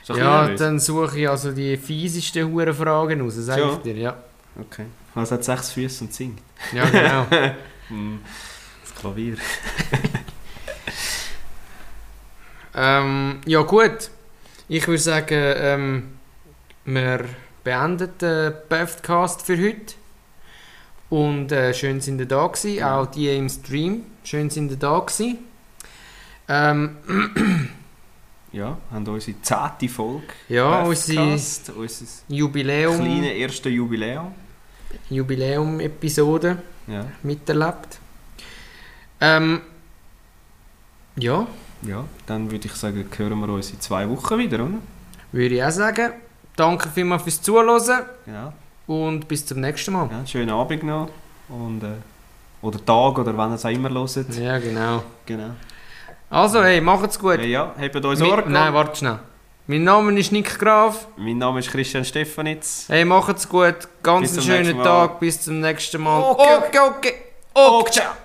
S2: Ist doch
S1: Ja,
S2: nervös.
S1: dann suche ich also die fiesesten Hurenfragen raus, sag
S2: Ja.
S1: ich dir. Ja,
S2: Okay. Also hat sechs Füße und singt.
S1: ja genau.
S2: Hm, Das Klavier.
S1: Ähm, ja gut, ich würde sagen, ähm, wir beenden den Podcast für heute. Und äh, schön sind ihr da gewesen,
S2: Ja.
S1: auch die im Stream, schön sind ihr da gewesen. Ähm,
S2: Ja, haben unsere zehnte Folge.
S1: ja, unsere
S2: Podcast, unser
S1: Jubiläum,
S2: kleines erstes Jubiläum.
S1: Jubiläum-Episode
S2: Ja.
S1: miterlebt. Ähm, ja,
S2: ja, dann würde ich sagen, hören wir uns in zwei Wochen wieder, oder?
S1: würde ich auch sagen. Danke vielmals fürs Zuhören
S2: Ja.
S1: und bis zum nächsten Mal.
S2: Genau. ja schönen Abend noch. Und, äh, oder Tag, oder wann ihr es auch immer hört.
S1: Ja, genau.
S2: Genau.
S1: Also, hey, macht's gut.
S2: Hey, ja, habt euch
S1: Mi-
S2: Sorge.
S1: Nein, warte schnell. Mein Name ist Nick Graf.
S2: mein Name ist Christian Stefanitz.
S1: Hey, macht's gut.
S2: Bis
S1: Ganz einen
S2: zum
S1: schönen
S2: nächsten Mal.
S1: Tag. Bis zum nächsten Mal.
S2: Okay.
S1: okay. okay. okay.
S2: ciao.